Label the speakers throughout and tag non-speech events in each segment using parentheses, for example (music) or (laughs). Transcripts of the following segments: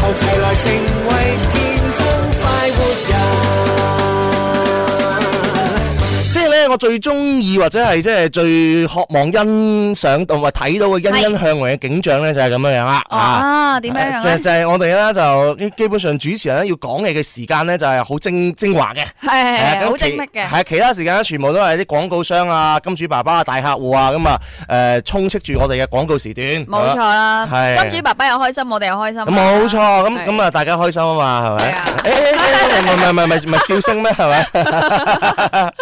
Speaker 1: 成為天生快活人。
Speaker 2: 即係咧，我最中意或者係即係最渴望欣賞同埋睇到嘅欣欣向榮嘅景象咧，就係咁樣樣啦。
Speaker 3: 哦啊，點樣樣
Speaker 2: 就
Speaker 3: 咧？
Speaker 2: 就係我哋咧就基本上主持人咧要講嘢嘅時間咧就係好精精華嘅，
Speaker 3: 係係
Speaker 2: 係啊
Speaker 3: 係
Speaker 2: 咁
Speaker 3: 好
Speaker 2: 其
Speaker 3: 精密嘅
Speaker 2: 係。啊其他時間咧全部都係啲廣告商啊、金主爸爸啊、大客户啊咁啊誒充斥住我哋嘅廣告時段。
Speaker 3: 冇錯啦，
Speaker 2: 係
Speaker 3: 金主爸爸又開心，我哋又開心啦。啊
Speaker 2: 咁冇錯，咁
Speaker 3: 係
Speaker 2: 咁啊，大家開心啊嘛，係
Speaker 3: 係
Speaker 2: 咪
Speaker 3: 啊？
Speaker 2: 誒誒誒唔係唔係唔係唔係笑聲咩？係咪？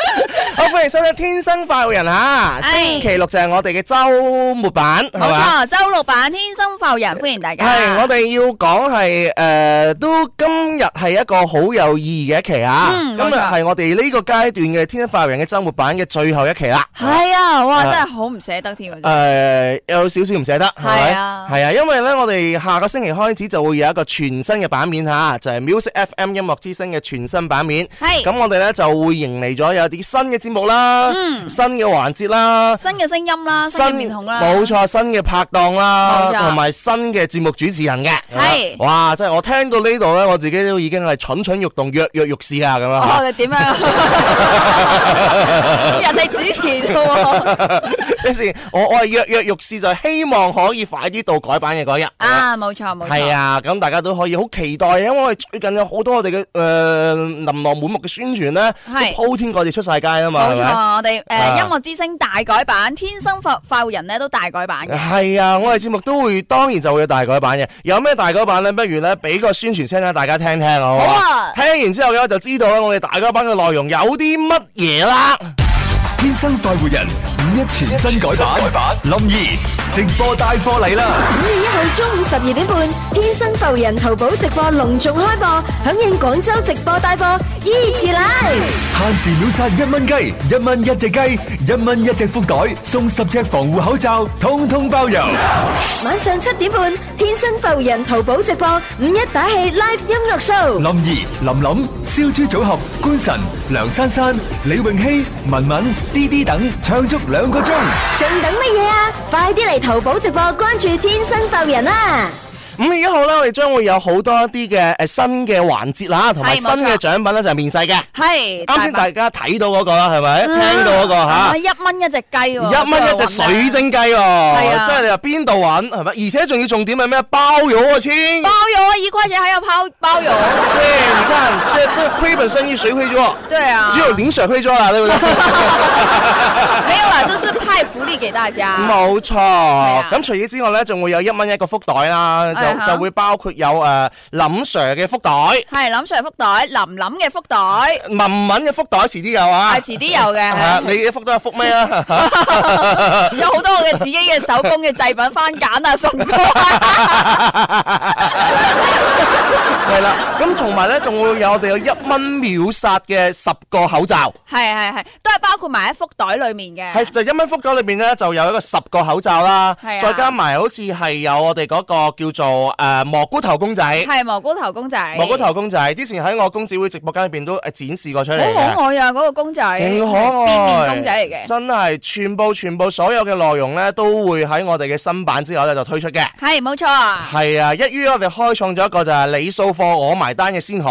Speaker 2: 好，歡迎收聽《天生快活人》嚇，
Speaker 3: 係
Speaker 2: 星期六就係我哋嘅週末版，係
Speaker 3: 冇
Speaker 2: 嘛？
Speaker 3: 錯，周老闆天生浮人，歡迎大家。
Speaker 2: 係，我哋要講係誒，都今日係一個好有意義嘅一期啊！
Speaker 3: 嗯
Speaker 2: 今日
Speaker 3: 冇錯
Speaker 2: 係我哋呢個階段嘅《天生快活人》嘅週末版嘅最後一期啦。
Speaker 3: 係啊，哇，
Speaker 2: 啊
Speaker 3: 真係好唔捨得添啊
Speaker 2: 誒、！呃有少少唔捨得，係咪？
Speaker 3: 係啊
Speaker 2: 係啊，因為咧，我哋下個星期開始就會有一個全新嘅版面嚇，就係、Music FM 音樂之聲嘅全新版面。
Speaker 3: 係
Speaker 2: 咁我哋咧就會迎嚟咗有啲新嘅節目啦，新嘅環節啦，
Speaker 3: 嗯新嘅聲音啦，新嘅面孔啦，
Speaker 2: 啊冇錯，新嘅拍檔啦，
Speaker 3: 冇錯
Speaker 2: 同埋新嘅節目主持人嘅。
Speaker 3: 係
Speaker 2: 哇！真係我聽到呢度咧，我自己都已經係蠢蠢欲動、躍躍欲試啊咁樣 (laughs) 嚇。
Speaker 3: 哦。我哋點樣？人哋主持嘅喎，
Speaker 2: 有時我我係躍躍欲試，就係希望可以快啲到改版嘅嗰日。
Speaker 3: 啊，冇錯冇錯，
Speaker 2: 係啊，咁大家都可以好期待，因為我哋最近有好多我哋嘅誒琳琅滿目嘅宣傳咧，
Speaker 3: 係
Speaker 2: 都鋪天蓋地出晒街啊嘛，
Speaker 3: 冇
Speaker 2: 係咪？
Speaker 3: 錯，我哋
Speaker 2: 啊
Speaker 3: 誒音樂之星大改版，天生快快活人咧都大改版嘅，
Speaker 2: 係啊，我哋節目都會當然就會有大改版嘅，有咩大改版咧？不如咧俾個宣傳聲咧，大家聽聽好唔好
Speaker 3: 好
Speaker 2: 啊
Speaker 3: 啊！
Speaker 2: 聽完之後咧就知道咧我哋大改版嘅內容有啲乜嘢啦。
Speaker 4: 天生快活人五一全新改版，林怡直播帶貨嚟啦！
Speaker 5: 五月一號中午十二點半，天生浮人淘寶直播隆重開播，響應廣州直播帶播，依次嚟。
Speaker 4: 限時秒殺一蚊雞，一蚊一隻雞，一蚊一隻福袋，送十隻防護口罩，通通包郵。
Speaker 5: 晚上七點半，天生浮人淘寶直播五一打氣 live 音樂 show。
Speaker 4: 林怡、林林、燒豬組合、官神、梁珊珊、李泳希、文文、D D 等唱足兩個鐘。
Speaker 5: 仲等乜嘢啊？快啲嚟淘寶直播關注天生浮人啦！
Speaker 2: 五月一號咧，我哋將會有好多一啲嘅誒新嘅環節啦，同埋
Speaker 3: 係
Speaker 2: 新
Speaker 3: 冇錯
Speaker 2: 嘅獎品咧就係面世嘅。
Speaker 3: 係
Speaker 2: 啱先大家睇到嗰個啦，係
Speaker 3: 嗯
Speaker 2: 咪？聽到嗰個嚇
Speaker 3: 啊。一蚊一隻雞喎，
Speaker 2: 一蚊一隻水晶雞喎，
Speaker 3: 啊
Speaker 2: 即係你話邊度揾係咪？而且仲要重點係咩？包郵啊，千！
Speaker 3: 包郵啊，一塊錢還要包包啊郵，
Speaker 2: 對，你看，這这亏本生意谁亏咗？
Speaker 3: 對啊，
Speaker 2: 只有零水亏咗啦，
Speaker 3: (laughs)
Speaker 2: 對不對？
Speaker 3: 没有啦，就是派福利給大家，
Speaker 2: 冇錯，
Speaker 3: 啊
Speaker 2: 咁除此之外咧，仲會有一蚊一個福袋啦，
Speaker 3: 哎
Speaker 2: 就
Speaker 3: 哈
Speaker 2: 就會包括有誒林 Sir 嘅福袋、
Speaker 3: 係林 Sir 福袋，林林嘅福袋，
Speaker 2: 文文嘅福袋，遲啲有啊
Speaker 3: 係。遲啲有嘅。
Speaker 2: 啊你嘅福袋係福咩
Speaker 3: (laughs)
Speaker 2: 啊？
Speaker 3: 有好多我嘅自己嘅手工嘅製品番梘啊、送歌啊，
Speaker 2: 係啦，咁同埋咧，仲會有我哋有一蚊秒殺嘅十個口罩。
Speaker 3: 係係係，都係包括埋喺福袋裡面
Speaker 2: 係
Speaker 3: 嘅。
Speaker 2: 就一蚊福袋裏邊咧，就有一個十個口罩啦，
Speaker 3: 係啊
Speaker 2: 再加埋好似係有我哋嗰個叫做誒、呃蘑菇頭公仔，
Speaker 3: 係蘑菇頭公仔，
Speaker 2: 蘑菇頭公仔之前喺我公子會直播間裏邊都呃展示過出嚟
Speaker 3: 好
Speaker 2: 嘅。
Speaker 3: 可愛啊！嗰個公仔，
Speaker 2: 勁可愛，
Speaker 3: 變面公仔嚟嘅，
Speaker 2: 真係全部全部所有嘅內容咧，都會喺我哋嘅新版之後咧就推出嘅。
Speaker 3: 係冇錯啊！
Speaker 2: 係啊，一於我哋開創咗一個就係你掃貨我埋單嘅先河。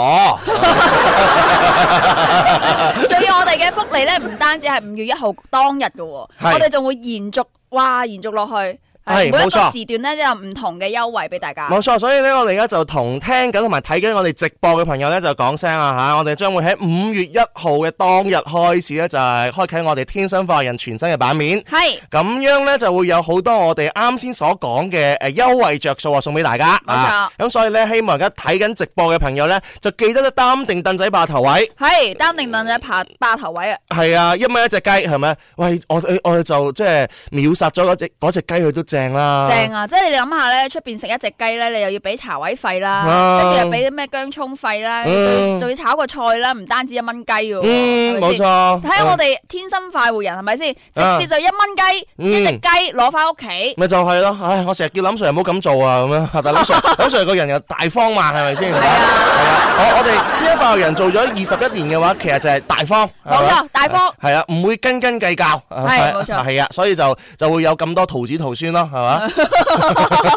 Speaker 3: 仲要我哋嘅福利咧，唔單止係五月一號當日嘅喎，我
Speaker 2: 係
Speaker 3: 哋仲會延續，哇，延續落去，
Speaker 2: 係
Speaker 3: 每一個
Speaker 2: 冇錯
Speaker 3: 時段咧都有唔同嘅優惠俾大家。
Speaker 2: 冇錯，所以咧，我哋而家就同聽緊同埋睇緊我哋直播嘅朋友咧，就講聲啊吓，我哋將會喺五月一號嘅當日開始咧，就係、開啟我哋天生化人全新嘅版面。
Speaker 3: 係
Speaker 2: 咁樣咧就會有好多我哋啱先所講嘅誒優惠着數啊，送俾大家
Speaker 3: 冇錯
Speaker 2: 啊！咁所以咧，希望而家睇緊直播嘅朋友咧，就記得咧擔定凳仔霸頭位。
Speaker 3: 係，擔定凳仔爬霸頭位啊！
Speaker 2: 係啊，一蚊一隻雞係咪？喂，我我哋就即係秒殺咗嗰只嗰只雞，佢都正啦。
Speaker 3: 正啊！即係你諗下咧，出邊食一隻雞咧，你又要俾茶位費啦，
Speaker 2: 啊
Speaker 3: 跟住又俾啲咩姜葱費啦，仲
Speaker 2: 嗯
Speaker 3: 要仲要炒個菜啦，唔單止一蚊雞喎，
Speaker 2: 嗯，
Speaker 3: 係咪
Speaker 2: 冇
Speaker 3: 先
Speaker 2: 錯。啊
Speaker 3: 睇下我哋天生快活人係咪先？直接就一蚊雞，
Speaker 2: 嗯
Speaker 3: 一隻雞攞翻屋企，
Speaker 2: 咪就係咯，唉！我成日叫林 Sir 唔好咁做啊，咁樣。 (laughs) 但林 Sir，林 Sir 個人又大方嘛，係咪先？係
Speaker 3: 係啊，
Speaker 2: 啊，我我哋天一發育人做咗二十一年嘅話，其實就係大方，係
Speaker 3: 冇
Speaker 2: 咪
Speaker 3: 錯，大方。
Speaker 2: 係啊，唔會斤斤計較，
Speaker 3: 係冇錯
Speaker 2: 係啊，所以就就會有咁多徒子徒孫咯。咯， (laughs) 係嘛？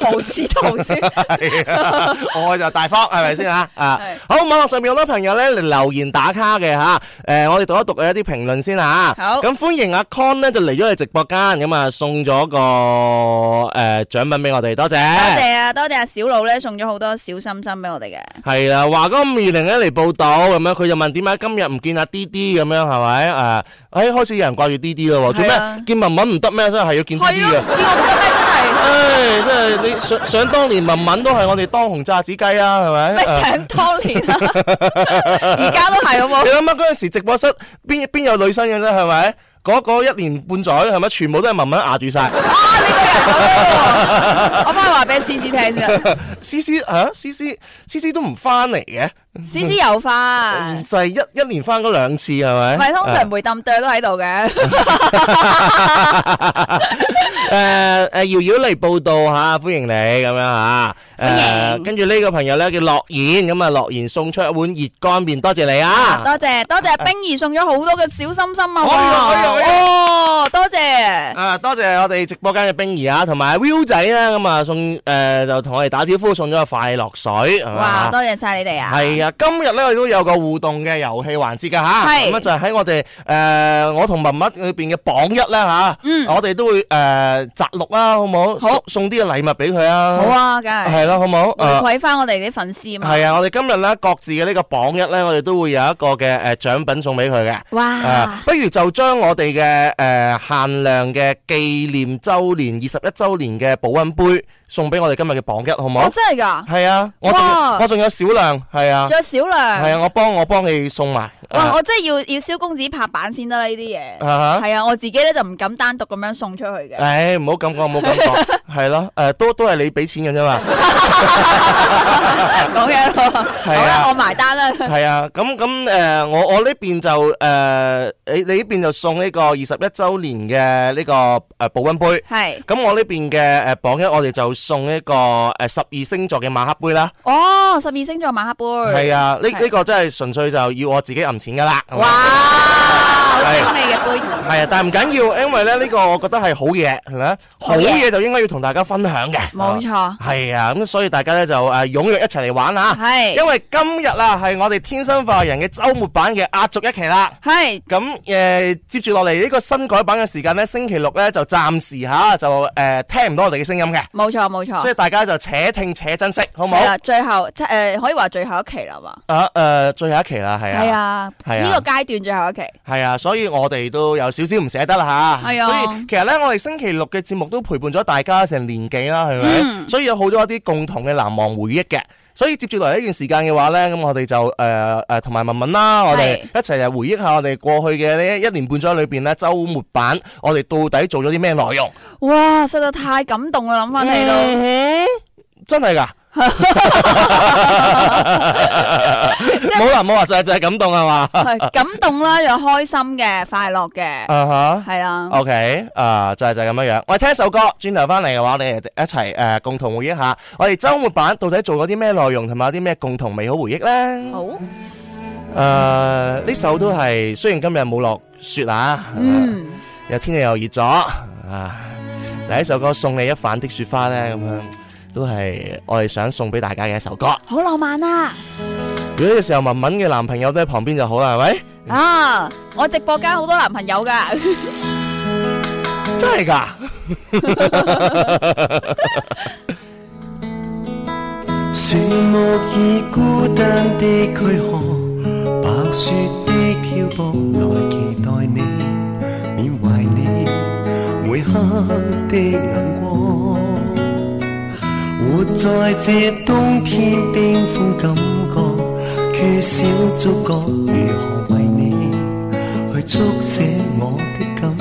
Speaker 3: 陶瓷陶瓷，
Speaker 2: (laughs) 係啊，愛就大方，係咪先啊？啊，好，網絡上面好多朋友咧嚟留言打卡嘅吓，诶、我哋讀一讀一啲評論先吓。
Speaker 3: 好
Speaker 2: 咁歡迎阿 Con 咧就嚟咗你直播間，咁啊送咗個诶奖、獎品俾我哋，多謝。
Speaker 3: 多謝啊，多謝阿小佬咧送咗好多小心心俾我哋嘅。
Speaker 2: 係啦，話嗰個五二零咧嚟報道咁樣，佢就問點解今日唔見阿 D D 咁樣係咪？诶、啊，诶、開始有人掛住 D D 咯喎，做
Speaker 3: 係啊
Speaker 2: 咩見文文唔得咩？真係要見 D
Speaker 3: 係
Speaker 2: D
Speaker 3: 咯，
Speaker 2: 嘅
Speaker 3: 見。我
Speaker 2: 唉，真係你想想當年文文都係我哋當紅炸子雞啊，係咪？
Speaker 3: 唔得
Speaker 2: 啊
Speaker 3: 真係，(laughs) 咪想當年啦，而家都係好 (laughs)
Speaker 2: 你
Speaker 3: 冇？
Speaker 2: 諗下嗰阵时直播室邊邊有女生嘅啫，係咪？嗰嗰一年半載係咪？全部都係文文壓住晒。 (laughs)
Speaker 3: 啊，你個人咁樣喎，我翻去話俾思思聽先啦。
Speaker 2: 思思吓，思思思思都唔翻嚟嘅，
Speaker 3: 思思又翻，
Speaker 2: 就係一一年翻嗰兩次係咪？
Speaker 3: 唔係通常梅冧哚都喺度嘅。
Speaker 2: 诶诶，誒瑤呃瑤嚟報道吓，歡迎你咁樣吓。诶，跟住呢個朋友咧叫樂言，咁啊樂言送出一碗熱乾麵，多謝你啊！
Speaker 3: 多謝多謝冰兒送咗好多嘅小心心啊！
Speaker 2: 哎呀哎呀哎
Speaker 3: 哦，多謝。
Speaker 2: 啊，多謝我哋直播間嘅冰兒啊，同埋 Will 仔啦，咁啊送誒、就同我哋打招呼，送咗個快樂水，係
Speaker 3: 哇，
Speaker 2: 嘛？
Speaker 3: 多謝晒你哋啊！
Speaker 2: 係啊，今日咧我都有個互動嘅遊戲環節㗎吓，
Speaker 3: 係
Speaker 2: 咁啊就係喺我哋誒、呃我同文文裏邊嘅榜一啦吓，
Speaker 3: 嗯
Speaker 2: 我哋都會誒、呃摘錄啦，好唔好？
Speaker 3: 好
Speaker 2: 送送啲嘅禮物俾佢啊，
Speaker 3: 好，啊，梗係
Speaker 2: 係啦，好唔好？誒
Speaker 3: 回饋翻我哋啲粉絲嘛。
Speaker 2: 係啊，我哋今日咧各自嘅呢個榜一咧，我哋都會有一個嘅誒獎品送俾佢嘅。
Speaker 3: 哇
Speaker 2: 啊，不如就將我哋嘅誒限量嘅紀念周年二十一周年嘅保温杯送俾我哋今日嘅榜一，好唔
Speaker 3: 我
Speaker 2: 好？
Speaker 3: 哦真係㗎，
Speaker 2: 係啊，我仲
Speaker 3: 哇
Speaker 2: 我仲有少量，係啊
Speaker 3: 仲，有少
Speaker 2: 係啊，
Speaker 3: 量。
Speaker 2: 我幫我幫你送埋。
Speaker 3: 哇，
Speaker 2: 啊
Speaker 3: 我真係要要蕭公子拍板先得啦呢啲嘢。
Speaker 2: 啊哈！
Speaker 3: 係啊，我自己咧就唔敢單獨咁樣送出去嘅。
Speaker 2: 唉，唔好咁講，唔好咁講，
Speaker 3: (laughs)
Speaker 2: 係咯，誒，都都係你俾錢嘅啫嘛，
Speaker 3: 講嘢咯，好
Speaker 2: 啊
Speaker 3: 啦，我埋單啦。
Speaker 2: 係啊，咁咁誒，我我呢邊就誒，你你呢邊就送呢個二十一週年嘅呢個誒保温杯，
Speaker 3: 係，
Speaker 2: 咁我呢邊嘅誒榜一，我哋就送一個誒十二星座嘅馬克杯啦。
Speaker 3: 哦，十二星座馬克杯。
Speaker 2: 係啊，呢
Speaker 3: 係
Speaker 2: 呢個真係純粹就要我自己揞錢噶啦。係咪
Speaker 3: 哇，好
Speaker 2: 係
Speaker 3: 精美嘅杯。
Speaker 2: 係啊，但係唔緊要，因為咧呢個我覺得係好嘢，係咪？好
Speaker 3: 好嘢
Speaker 2: 嘢就應該要同大家分享嘅。
Speaker 3: 冇錯
Speaker 2: 係啊，咁所以大家咧就誒踴躍一齊嚟玩啊！
Speaker 3: 係
Speaker 2: 因為今日啊係我哋天生化人嘅週末版嘅壓軸一期啦。
Speaker 3: 係
Speaker 2: 咁誒、呃接住落嚟呢個新改版嘅時間咧，星期六咧就暫時嚇就誒、呃、聽唔到我哋嘅聲音嘅，
Speaker 3: 冇錯冇錯
Speaker 2: 所。以大家就且聽且珍惜，好唔好
Speaker 3: 啊係？啦，啊最後即诶可以話最後一期啦嘛。
Speaker 2: 啊誒、呃最後一期啦，係啊。
Speaker 3: 係啊，
Speaker 2: 係啊
Speaker 3: 呢個階段最後一期。
Speaker 2: 係啊，所以我哋都有少少唔捨得啦吓。
Speaker 3: 係啊
Speaker 2: 所以其實咧，我哋星期六嘅節目都陪伴咗大家成年幾啦，係咪？
Speaker 3: 嗯
Speaker 2: 所以有好多一啲共同嘅難忘回憶嘅。所以接住嚟呢段時間嘅話咧，咁我哋就誒誒同埋文文啦，我哋
Speaker 3: 係
Speaker 2: 一齊嚟回憶下我哋過去嘅呢一年半載裏邊咧，週末版我哋到底做咗啲咩內容？
Speaker 3: 哇，實在太感動啦！諗翻起都，
Speaker 2: 嗯哼真係㗎！
Speaker 3: (laughs)
Speaker 2: (laughs) 冇啦冇啦，就係就係感動係嘛？
Speaker 3: 係感動啦，又開心嘅、快樂嘅，
Speaker 2: 啊哈！
Speaker 3: 係啦。
Speaker 2: O K，啊，就係就係咁樣樣。我哋聽一首歌，轉頭翻嚟嘅話，我哋一齊诶、呃共同回憶下，我哋週末版到底做咗啲咩內容，同埋有啲咩共同美好回憶呢？
Speaker 3: 好，
Speaker 2: 诶、呢首都係雖然今日冇落雪啊，
Speaker 3: 嗯，
Speaker 2: 又天氣又熱咗啊，第一首歌送你一瓣的雪花呢，咁樣都係我哋想送俾大家嘅一首歌。
Speaker 3: 好浪漫啊！
Speaker 2: 如果嘅時候文文嘅男朋友都喺旁邊就好啦，係
Speaker 3: 啊，我直播間好多男朋友噶，
Speaker 2: 咪？真係㗎？
Speaker 1: 樹木已孤單的軀殼，白雪的漂泊，來期待你，緬懷你每刻的眼光。活在這冬天冰封感覺，缺少觸覺，如何為你去速寫我的感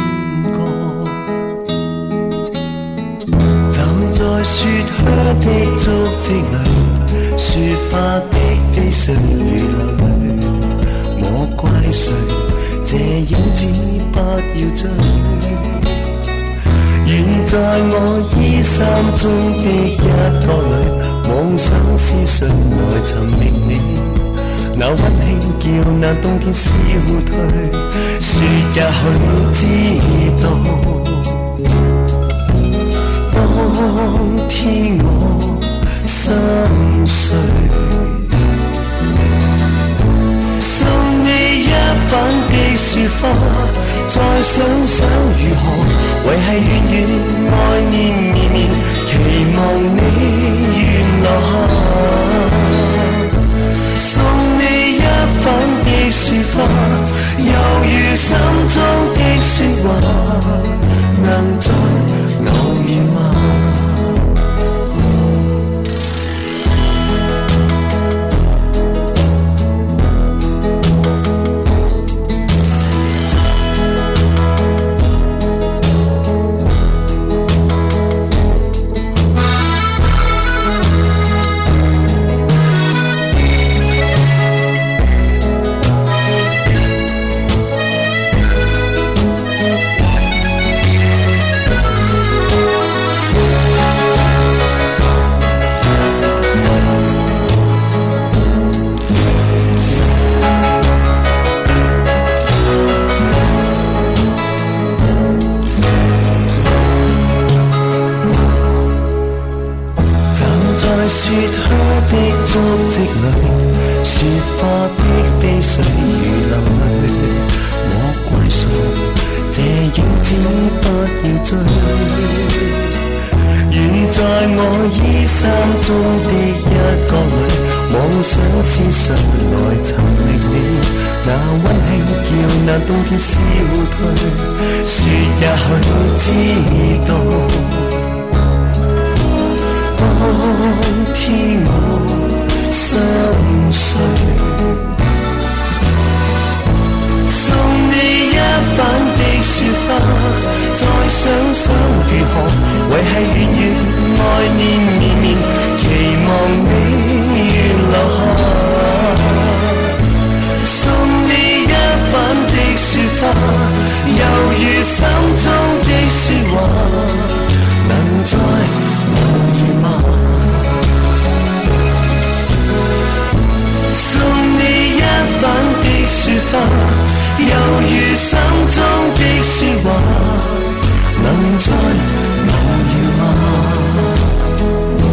Speaker 1: 覺？站在雪靴的足跡裏，雪花的飛絮如流淚。我怪誰？這影子不要追。現在我衣衫中的一角裏，妄想思緒來尋覓你。那溫馨叫那冬天消退，雪也許知道。想想如何維繫遠遠愛念綿綿，期望你願留下，送你一瓣寄樹花，猶如心中的説話，能再偶面嗎？站在雪靴的足迹里，雪花的飛水如流淚。我怪誰？這影子不要追。遠在我衣衫中的一角裏，妄想思想來尋覓你。那溫馨叫那冬天消退，雪也許知道。當天我心碎，送你一瓣的雪花，再想想如何維繫遠遠愛念綿綿，期望你願留下，送你一瓣的雪花，猶如心中的説話，能再無言嗎？送你一瓣的雪花，猶如心中的說話，能再無言嗎？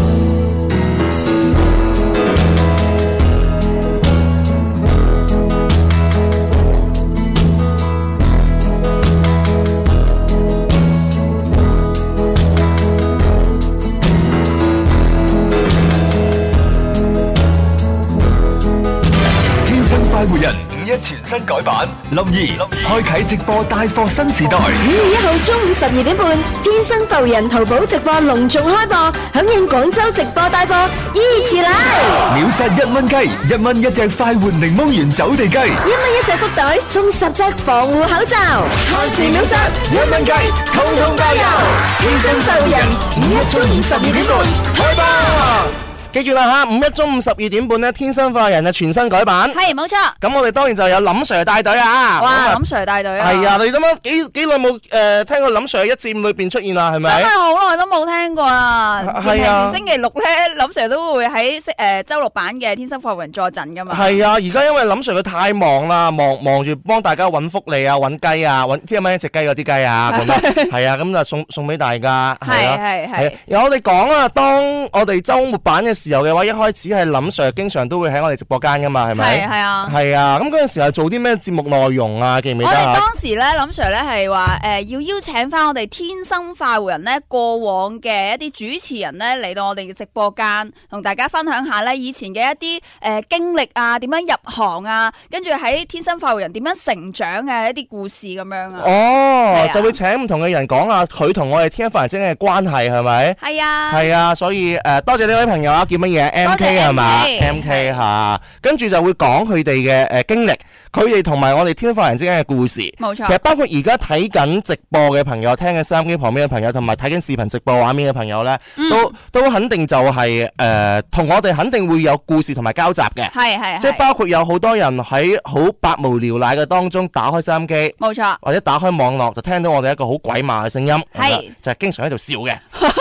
Speaker 4: 天生快活人五一全新改版，林怡开启直播带货新时代。
Speaker 5: 五月一號中午十二點半，天生浮人淘寶直播隆重開播，響應廣州直播帶貨，依次啦！
Speaker 4: 秒杀一蚊鸡，一蚊一只快活柠檬园走地鸡，
Speaker 5: 一蚊一隻福袋，送十隻防護口罩，限時秒殺，
Speaker 4: 一蚊鸡，通通包邮。
Speaker 5: 天生浮人，五一中午十二點半。
Speaker 4: 开吧！
Speaker 2: 記住啦吓，五一中午十二點半呢，天生化人啊全新改版。
Speaker 3: 系冇錯。
Speaker 2: 咁我哋當然就有林 Sir 帶隊啊。咁
Speaker 3: 哇，
Speaker 2: 啊
Speaker 3: 林 Sir 帶隊啊！
Speaker 2: 係啊，你諗下幾幾耐冇诶听过林 Sir 一至五裏边出現啦，啊係咪
Speaker 3: 真？係啊好耐都冇聽過啦。尤其
Speaker 2: 係啊
Speaker 3: 是星期六咧，林 Sir 都會喺誒周六版嘅《天生浮雲》坐陣噶嘛。
Speaker 2: 係啊，而家因為林 Sir 佢太忙啦，忙忙住幫大家揾福利啊、揾雞啊、揾即係蚊一隻雞嗰啲雞
Speaker 3: (laughs)
Speaker 2: 啊咁樣，係啊，咁就送送俾大家。係啊
Speaker 3: 係係係
Speaker 2: 係啊有我哋講啊，當我哋週末版嘅時候嘅話，一開始係林 Sir 經常都會喺我哋直播間噶嘛，係咪？
Speaker 3: 係係啊。
Speaker 2: 係啊，咁嗰陣時候做啲咩節目內容啊？記唔記
Speaker 3: 我
Speaker 2: 得
Speaker 3: 哋
Speaker 2: 啊？
Speaker 3: 當時咧，林 Sir 咧係話誒要邀請翻我哋天生快活人咧過往嘅一啲主持人咧嚟到我哋嘅直播間，同大家分享下咧以前嘅一啲誒、呃、經歷啊，點樣入行啊，跟住喺天生快活人點樣成長嘅一啲故事咁樣啊。
Speaker 2: 哦
Speaker 3: 係，啊
Speaker 2: 就會請唔同嘅人講下佢同我哋天一凡之間嘅關係係咪？
Speaker 3: 係啊，
Speaker 2: 係啊，所以誒，多謝呢位朋友啊，叫乜嘢？M
Speaker 3: 多
Speaker 2: K
Speaker 3: 謝
Speaker 2: 係嘛
Speaker 3: MK
Speaker 2: ？M K 嚇，跟住就會講佢哋嘅誒經歷，佢哋同埋我哋天一凡人之間嘅故事。
Speaker 3: 冇錯
Speaker 2: 其實包括而家睇緊直播嘅朋友、聽緊收音機旁邊嘅朋友，同埋睇緊視頻直播畫面嘅朋友呢，
Speaker 3: 嗯
Speaker 2: 都都肯定就係誒同我哋肯定會有故事同埋交集嘅。
Speaker 3: 係係
Speaker 2: 即係
Speaker 3: 係，
Speaker 2: 包括有好多人喺好百無聊賴嘅當中打開收音機，
Speaker 3: 冇錯。
Speaker 2: 或者打開網絡，就聽到我哋一個好鬼馬嘅聲音，咁
Speaker 3: 係
Speaker 2: 就就係經常喺度笑嘅。 (laughs)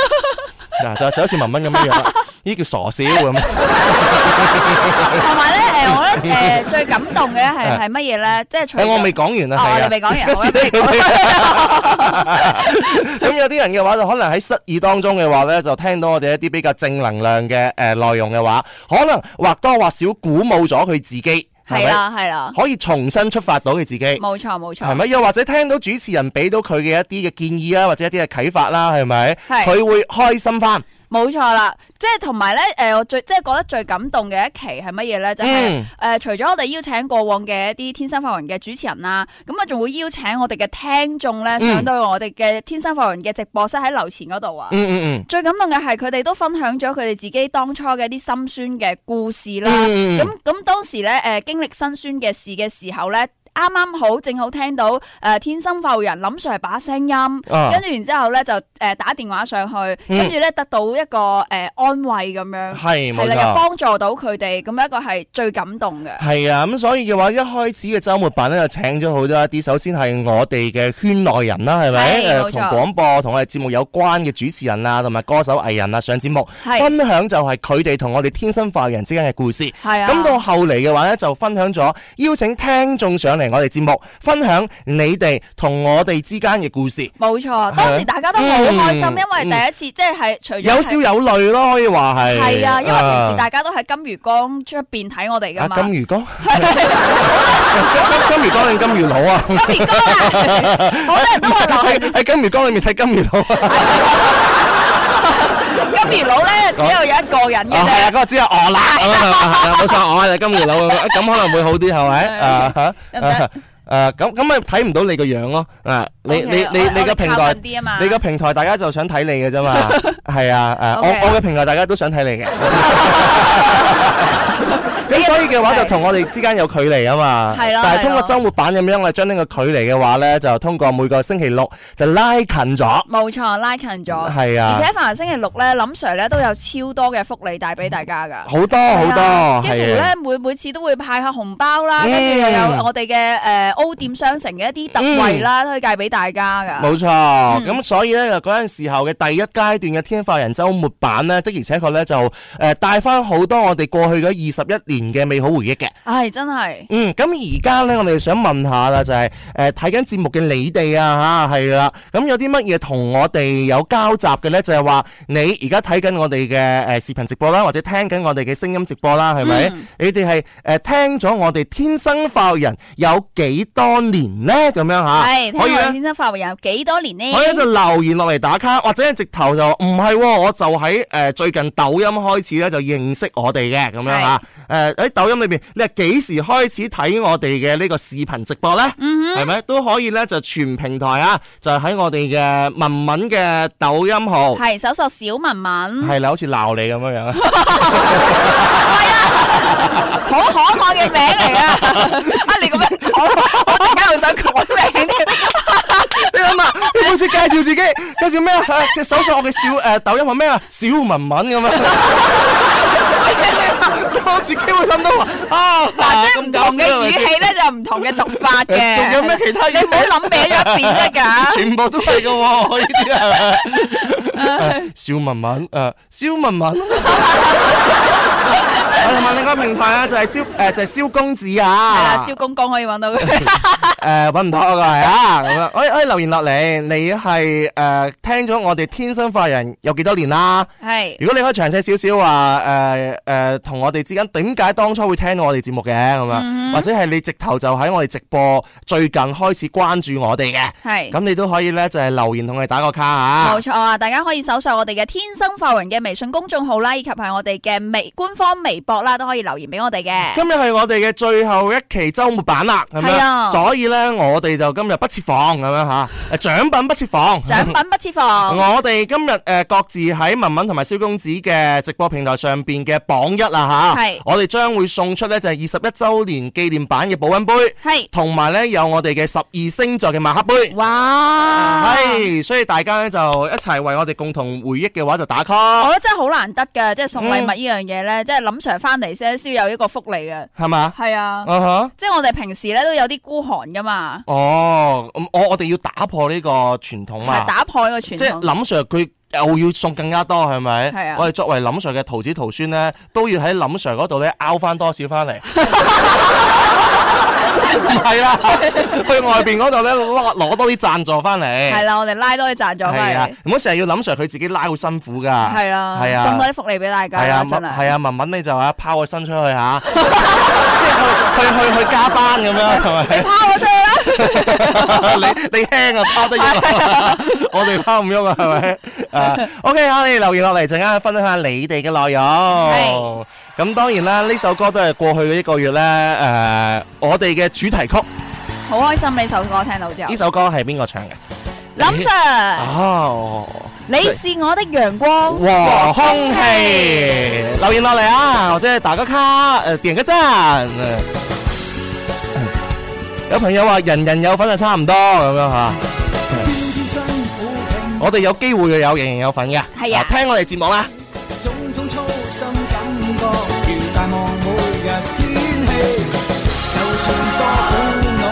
Speaker 2: 嗱，就就好似文文咁樣樣，呢叫傻笑咁。 (laughs)
Speaker 3: 同埋咧，誒我咧誒、最感動嘅係係乜嘢咧？即係除
Speaker 2: 誒，我
Speaker 3: 咗
Speaker 2: 未講完
Speaker 3: 哦，
Speaker 2: 啊，
Speaker 3: 我哋
Speaker 2: 係
Speaker 3: 未
Speaker 2: 啊。
Speaker 3: 講完，我哋
Speaker 2: 咁有啲人嘅話，就可能喺失意當中嘅話呢，就聽到我哋一啲比較正能量嘅誒內容嘅話，可能或多或少鼓舞咗佢自己。係咪
Speaker 3: 係啦係啊啦，
Speaker 2: 可以重新出發到佢自己，係
Speaker 3: 冇錯冇錯，
Speaker 2: 咪？又或者聽到主持人俾到佢嘅一啲嘅建議啊啦，或者一啲嘅啟發啦，係咪？
Speaker 3: 係
Speaker 2: 佢會開心翻。
Speaker 3: 冇錯啦，即係同埋咧，诶、我最即係覺得最感動嘅一期係乜嘢咧？就係
Speaker 2: 嗯
Speaker 3: 呃除咗我哋邀請過往嘅一啲天生發云嘅主持人啦，咁啊，仲會邀請我哋嘅聽
Speaker 2: 嗯
Speaker 3: 眾咧，上到我哋嘅天生發云嘅直播室喺樓前嗰度啊。
Speaker 2: 嗯嗯
Speaker 3: 最感動嘅係佢哋都分享咗佢哋自己當初嘅一啲辛酸嘅故事啦。
Speaker 2: 嗯
Speaker 3: 咁咁、當時咧，誒、經歷辛酸嘅事嘅時候咧。啱啱好，正好聽到誒、天生浮人林 Sir 把聲音，
Speaker 2: 啊
Speaker 3: 跟住然之後咧就誒、打電話上去，
Speaker 2: 嗯
Speaker 3: 跟住咧得到一個誒、安慰咁
Speaker 2: 嗯，
Speaker 3: 樣，
Speaker 2: 係冇
Speaker 3: 係啦，又
Speaker 2: 錯。
Speaker 3: 幫助到佢哋，咁一個係最感動嘅。
Speaker 2: 係啊，咁所以嘅話，一開始嘅週末版咧，就請咗好多一啲，首先係我哋嘅圈內人啦，係咪？誒
Speaker 3: 係冇錯
Speaker 2: 同廣播同我哋節目有關嘅主持人啊，同埋歌手藝人啊上節目，
Speaker 3: 係
Speaker 2: 分享就係佢哋同我哋天生化人之間嘅故事。
Speaker 3: 係啊，
Speaker 2: 咁到後嚟嘅話呢，就分享咗邀請聽眾上嚟我哋節目，分享你哋同我哋之間嘅故事，
Speaker 3: 冇錯，
Speaker 2: 咪
Speaker 3: 當時大家都好開心，
Speaker 2: 啊嗯
Speaker 3: 因為第一次即係係除咗
Speaker 2: 有
Speaker 3: 係
Speaker 2: 笑有淚咯，可以話係。
Speaker 3: 係啊，因為平時
Speaker 2: 啊
Speaker 3: 大家都喺金魚缸出邊睇我哋噶
Speaker 2: 啊
Speaker 3: 嘛，
Speaker 2: 金魚
Speaker 3: (laughs)
Speaker 2: 缸，金金金魚缸定金魚佬啊？
Speaker 3: 金魚缸
Speaker 2: (laughs)
Speaker 3: 啊，好多人都話留
Speaker 2: 喺
Speaker 3: 係
Speaker 2: 喺金魚缸裏面睇金魚佬啊！
Speaker 3: 金魚佬咧，只有一個人
Speaker 2: 啊
Speaker 3: 嘅
Speaker 2: 係啊，嗰。
Speaker 3: 啫
Speaker 2: 個 (laughs) 只有我啦，咁樣係啊冇錯，我係金魚佬咁樣，咁可能會好啲係咪？啊嚇
Speaker 3: 得唔得
Speaker 2: 啊咁咁咪睇唔到你個樣咯，啊你
Speaker 3: OK，
Speaker 2: 你你
Speaker 3: 我
Speaker 2: 你
Speaker 3: 我
Speaker 2: 個
Speaker 3: 哋
Speaker 2: 平
Speaker 3: 靠
Speaker 2: 台
Speaker 3: 近。啲啊嘛，
Speaker 2: 你個平台大家就想睇你嘅啫
Speaker 3: (laughs)
Speaker 2: 嘛，係啊，誒，
Speaker 3: OK
Speaker 2: 我我嘅平台大家都想睇
Speaker 3: (laughs)
Speaker 2: 你嘅，咁所以嘅話就同我哋之間有距離啊嘛，
Speaker 3: 係啦
Speaker 2: 但係
Speaker 3: 係
Speaker 2: 通過
Speaker 3: 啦
Speaker 2: 週末版咁樣，我哋將呢個距離嘅話咧，就通過每個星期六就拉近咗，
Speaker 3: 冇錯拉近咗，
Speaker 2: 係啊
Speaker 3: 而且凡係星期六咧，林 Sir 咧都有超多嘅福利帶俾大家㗎。
Speaker 2: 好多好多，
Speaker 3: 幾乎
Speaker 2: 係啊
Speaker 3: 咧，每每次都會派下紅包啦，
Speaker 2: 嗯
Speaker 3: 跟住又有我哋嘅誒 O 店商城嘅一啲特惠啦，推介俾大家㗎。
Speaker 2: 嗯冇錯，
Speaker 3: 嗯
Speaker 2: 咁、所以咧就嗰陣時候嘅第一階段嘅天化人週末版呢，的而且確咧就誒帶翻好多我哋過去嗰二十一年嘅美好回憶嘅。
Speaker 3: 唉，真係
Speaker 2: 嗯，咁而家呢，我哋想問下啦，就係誒睇緊節目嘅你哋啊嚇，係啦，咁有啲乜嘢同我哋有交集嘅呢？就係、話你而家睇緊我哋嘅誒視頻直播啦，或者聽緊我哋嘅聲音直播啦，係咪？
Speaker 3: 嗯
Speaker 2: 你哋係誒聽咗我哋天生化學人有幾多年呢？咁樣嚇，
Speaker 3: 係聽
Speaker 2: 啊可以
Speaker 3: 我
Speaker 2: 呢
Speaker 3: 先生發圍有幾多年呢？
Speaker 2: 我咧就留言落嚟打卡，或者係直頭就唔係喎，我就喺誒、呃最近抖音開始咧就認識我哋嘅咁樣啊嚇。誒喺、抖音裏邊，你係幾時開始睇我哋嘅呢個視頻直播呢？係咪、都可以咧就全平台啊，就喺我哋嘅文文嘅抖音號。
Speaker 3: 係搜索小文文，
Speaker 2: 係啦，好似鬧你咁樣樣，
Speaker 3: 好可愛嘅名嚟啊！ (laughs) 啊，你咁樣講，我突然間好想改名添。
Speaker 2: 你諗下，你好似介紹自己，介紹咩啊？誒隻手索我嘅小誒、呃抖音係咩啊？小文文咁樣， (laughs) 我自己會諗到話啊，
Speaker 3: 嗱，即係唔
Speaker 2: 咁搞
Speaker 3: 同嘅
Speaker 2: 笑啊
Speaker 3: 語氣咧就唔同嘅讀法嘅。
Speaker 2: 仲有咩其他嘢
Speaker 3: 你唔好諗歪咗一邊
Speaker 2: (laughs)
Speaker 3: 得㗎。
Speaker 2: 全部都係嘅喎，我呢啲係小文文誒，小文文。我同埋另外一個平台啊，就係蕭誒，就係蕭公子
Speaker 3: 係啦
Speaker 2: 啊，，
Speaker 3: 蕭公公可以揾到 (laughs) 佢。
Speaker 2: 誒揾唔到我個係啊，咁樣，可以可以留言落嚟，你係誒聽咗我哋天生化人有幾多年啦？
Speaker 3: 係。
Speaker 2: 如果你可以詳細少少話誒誒，同我哋之間點解當初會聽到我哋節目嘅咁樣，
Speaker 3: 嗯
Speaker 2: 或者係你直頭就喺我哋直播最近開始關注我哋嘅，
Speaker 3: 係
Speaker 2: 咁你都可以咧就係留言同我哋打個卡
Speaker 3: 冇
Speaker 2: 啊。
Speaker 3: 錯啊！大家可以搜索我哋嘅天生浮人嘅微信公眾號啦，以及係我哋嘅微官方微博啦，都可以留言俾我哋嘅。
Speaker 2: 今日係我哋嘅最後一期週末版啦，咁
Speaker 3: 係
Speaker 2: 樣，
Speaker 3: 啊
Speaker 2: 所以呢，我哋就今日不設防咁樣吓，誒獎品不設防。
Speaker 3: 獎品不設防，
Speaker 2: 我哋今日誒、呃各自喺文文同埋蕭公子嘅直播平台上邊嘅榜一啦吓，
Speaker 3: 係
Speaker 2: 我哋將會送出呢就係二十一週年紀念版嘅保温杯，
Speaker 3: 係
Speaker 2: 同埋呢有我哋嘅十二星座嘅馬克杯。
Speaker 3: 哇！
Speaker 2: 係，所以大家呢就一齊為我哋共同回憶嘅話就打 call，
Speaker 3: 我覺得真係好難得㗎，即係送禮物呢樣嘢咧，即係林 Sir 翻嚟先先有一個福利嘅。
Speaker 2: 係嘛？
Speaker 3: 係啊，
Speaker 2: 啊哈
Speaker 3: 即係我哋平時咧都有啲孤寒㗎嘛，
Speaker 2: 哦，咁我我哋要打破呢個傳統嘛
Speaker 3: 係，打破呢個
Speaker 2: 即
Speaker 3: 傳
Speaker 2: 係
Speaker 3: 統。
Speaker 2: 林 Sir 佢又要送更加多係咪？
Speaker 3: 係啊
Speaker 2: 我哋作為林 Sir 嘅徒子徒孫咧，都要喺林 Sir 嗰度咧拗翻多少翻嚟。唔係啦，去外邊嗰度咧攞攞多啲贊助翻嚟。
Speaker 3: 系啦，我哋拉多啲贊助
Speaker 2: 係啊
Speaker 3: 翻嚟，，
Speaker 2: 唔好成日要諗 Sir 佢自己拉好辛苦㗎。
Speaker 3: 係啦，
Speaker 2: 係啊，
Speaker 3: 送多啲福利俾大家
Speaker 2: 係啊，
Speaker 3: 啦，
Speaker 2: 文
Speaker 3: 真
Speaker 2: 係
Speaker 3: 係。
Speaker 2: 啊，文文你就啊拋個身出去吓， (laughs) 即係去去去去加班咁樣係
Speaker 3: (laughs)
Speaker 2: 咪？
Speaker 3: 拋我出去啦！
Speaker 2: 你你輕啊，拋得
Speaker 3: (laughs)
Speaker 2: 喐，我哋拋唔喐啊，係咪？誒，OK 啊，你留言落嚟陣間分享下你哋嘅內容
Speaker 3: 係。
Speaker 2: 咁當然啦，呢首歌都係過去嘅一個月咧，誒，我哋嘅主題曲。
Speaker 3: 好開心呢首歌聽到之後
Speaker 2: 呢，首歌係邊個唱嘅？
Speaker 3: 林 Sir，
Speaker 2: 哦，
Speaker 3: 你是我的陽光
Speaker 2: 和空氣。留言落嚟啊，或者打個卡，誒、點個讚。呃有朋友話人人有份就差唔多咁樣嚇。我哋有機會嘅有人人有份嘅，
Speaker 3: 係啊
Speaker 2: 聽我哋節目啦。
Speaker 4: 種種操心感覺，如大望每日天氣。就算多苦惱，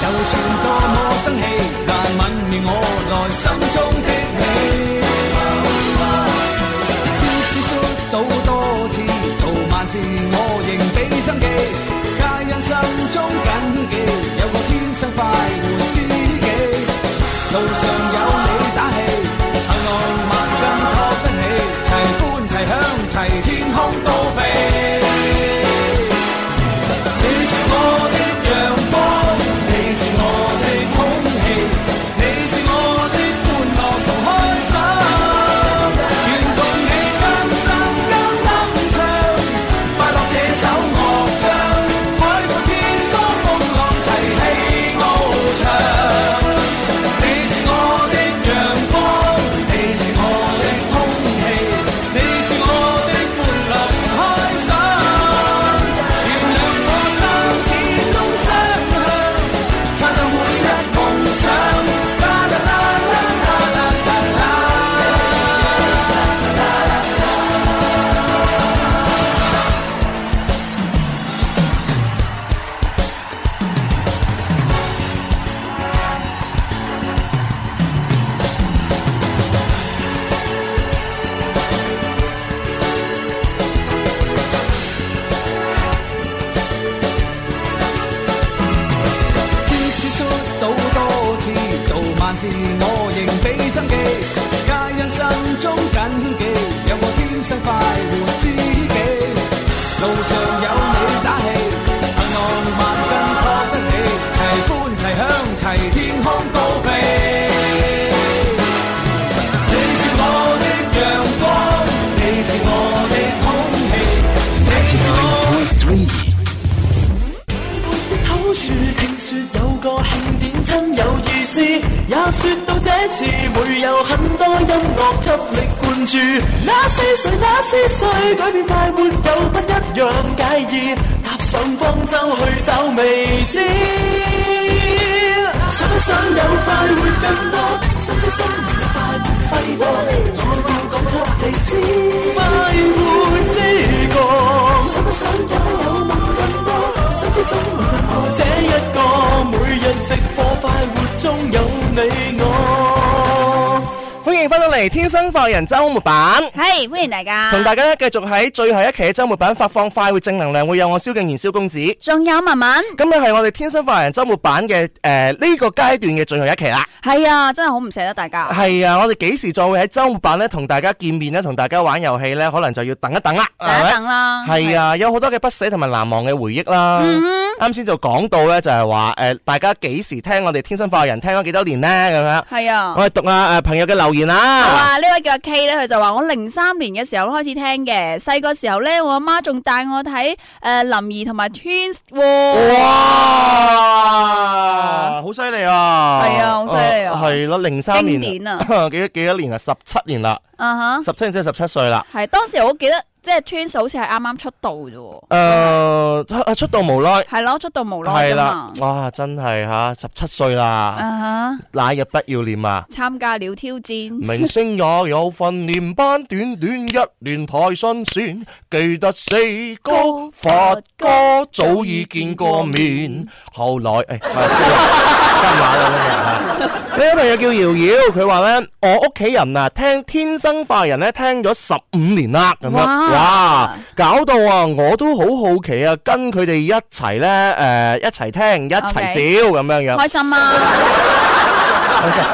Speaker 4: 就算多麼生氣，但吻暖我內心中的你。即使摔倒多次，做萬事我仍俾心機，皆因心中緊記，有個天生快活知己。路上有你打氣，幸浪漫更托得起，齊歡齊享齊天空高飛。你是我的陽光，你是我的空氣，你是我的歡樂同開心。願共你將心交心唱，快樂這首樂章，海闊天高風浪齊起翱翔。你是我的陽光，你是我的空氣，你是我的歡樂同開心。原諒我心始終相向，擦亮每一夢想。啦啦啦啦啦啦啦啦。即使摔倒多次，做萬事我仍俾心機，皆因心中緊記，有我天生快活知己。路上有你打氣，幸浪漫更托得起，齊歡齊享齊天空高飛。你是我的陽光，你是我的空氣，你是我。
Speaker 1: 口説聽説有個慶典真有意思，也説到這次會有很多音樂給力灌注。那是誰？那是誰？改變快活有不一樣介意，踏上方舟去找未知。想想有快活更多，心知心明有快活揮霍，我要講給你知，快活之國。想不想有有夢更多？心知中無更好，這一個每日直播快活中有你我。
Speaker 2: 歡迎翻到嚟《天生快活人》週末版。
Speaker 3: 係歡迎大家，
Speaker 2: 同大家咧繼續喺最後一期嘅週末版發放快活正能量，會有我蕭敬然蕭公子。
Speaker 3: 仲有文文，
Speaker 2: 咁咧係我哋天生快活人週末版嘅誒呢個階段嘅最後一期啦。
Speaker 3: 係啊，真係好唔捨得大家。
Speaker 2: 係啊，我哋幾時再會喺週末版咧同大家見面咧，同大家玩遊戲咧，可能就要等一等啦，
Speaker 3: 等一等啦
Speaker 2: 係咪係啊，有好多嘅不捨同埋難忘嘅回憶啦。
Speaker 3: 嗯
Speaker 2: 啱先就講到咧，就係話誒，大家幾時聽我哋天生快活人聽咗幾多年呢？咁樣。
Speaker 3: 係啊。
Speaker 2: 我哋讀下誒朋友嘅留言
Speaker 3: 好
Speaker 2: 啦。
Speaker 3: 啊！呢位叫阿 K 咧，佢就話：我零三年嘅時候開始聽嘅，細個時候咧，我阿媽仲帶我睇誒林怡同埋 Twins 喎。
Speaker 2: 哇！好犀利啊！
Speaker 3: 係啊好犀利啊
Speaker 2: 係咯，零三年
Speaker 3: 經典
Speaker 2: 啊， (laughs) 幾多幾多年啊？十七年啦，
Speaker 3: 啊
Speaker 2: 十七年即係十七歲啦。
Speaker 3: 哈，係當時我記得，即係 Twins 好似係啱啱出道啫喎。嗯
Speaker 2: 誒，出出道無耐。
Speaker 3: 係咯，出道無耐
Speaker 2: 係
Speaker 3: 㗎
Speaker 2: 啦
Speaker 3: 嘛。，
Speaker 2: 哇！真係吓，十七歲啦，
Speaker 3: 啊哈，
Speaker 2: 那日不要臉啊！
Speaker 3: 參加了挑戰。
Speaker 2: 明星也有訓練班，短短一年太新鮮。記得四哥、發哥早已見過面，後來誒，哎今晚啦今日啊呢位朋友叫瑤瑤，佢話咧：我屋企人啊，聽《天生快活人》咧，聽咗十五年啦，咁樣，
Speaker 3: 哇
Speaker 2: 哇！搞到啊，我都好好奇啊，跟佢哋一齊咧诶，一齊聽，一齊
Speaker 3: OK
Speaker 2: 笑咁樣樣。
Speaker 3: 开心啊！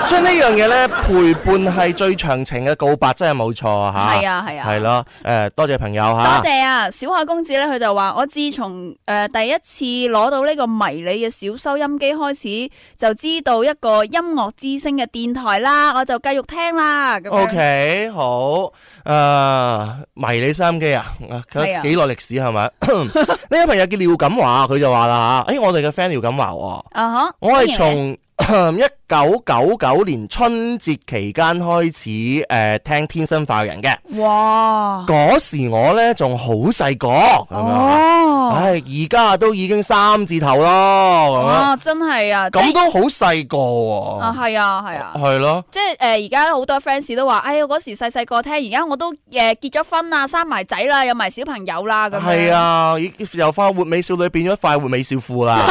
Speaker 2: 所以呢樣嘢咧，陪伴係最長情嘅告白，真係冇錯吓。
Speaker 3: 係啊係啊
Speaker 2: 係咯，诶，多謝朋友
Speaker 3: 多
Speaker 2: 吓。
Speaker 3: 謝啊！小海公子咧，佢就話：我自從誒、呃第一次攞到呢個迷你嘅小收音機開始，就知道一個音樂之聲嘅電台啦，我就繼續聽啦。咁
Speaker 2: O
Speaker 3: 樣
Speaker 2: K，好，诶，迷你收音機啊，
Speaker 3: 係
Speaker 2: 佢
Speaker 3: 啊
Speaker 2: 幾耐歷史係咪？ (coughs) 呢位朋友叫廖錦華，佢就話啦吓，啊哎诶，我哋嘅 friend 廖錦華喎。
Speaker 3: 啊哈！
Speaker 2: 我係
Speaker 3: 歡迎
Speaker 2: 從
Speaker 3: 啊
Speaker 2: (coughs) 一九九九年春節期間開始誒、呃、聽天生化人嘅，
Speaker 3: 你哇
Speaker 2: 嗰時我呢仲好細個咁樣，啊
Speaker 3: 哦
Speaker 2: 唉而家都已經三字頭咯
Speaker 3: 哇，真係啊！
Speaker 2: 咁樣，咁
Speaker 3: 即係
Speaker 2: 都好細個
Speaker 3: 啊，
Speaker 2: 喎，
Speaker 3: 係啊，係啊。
Speaker 2: 係咯。
Speaker 3: 即係誒，而家好多 fans 都話：哎呀，嗰時細細個聽，而家我都誒、呃、結咗婚啦，生埋仔啦，有埋小朋友啦，咁樣
Speaker 2: 係，啊，已由快活美少女變咗快活美少婦
Speaker 3: (laughs)
Speaker 2: 啦，係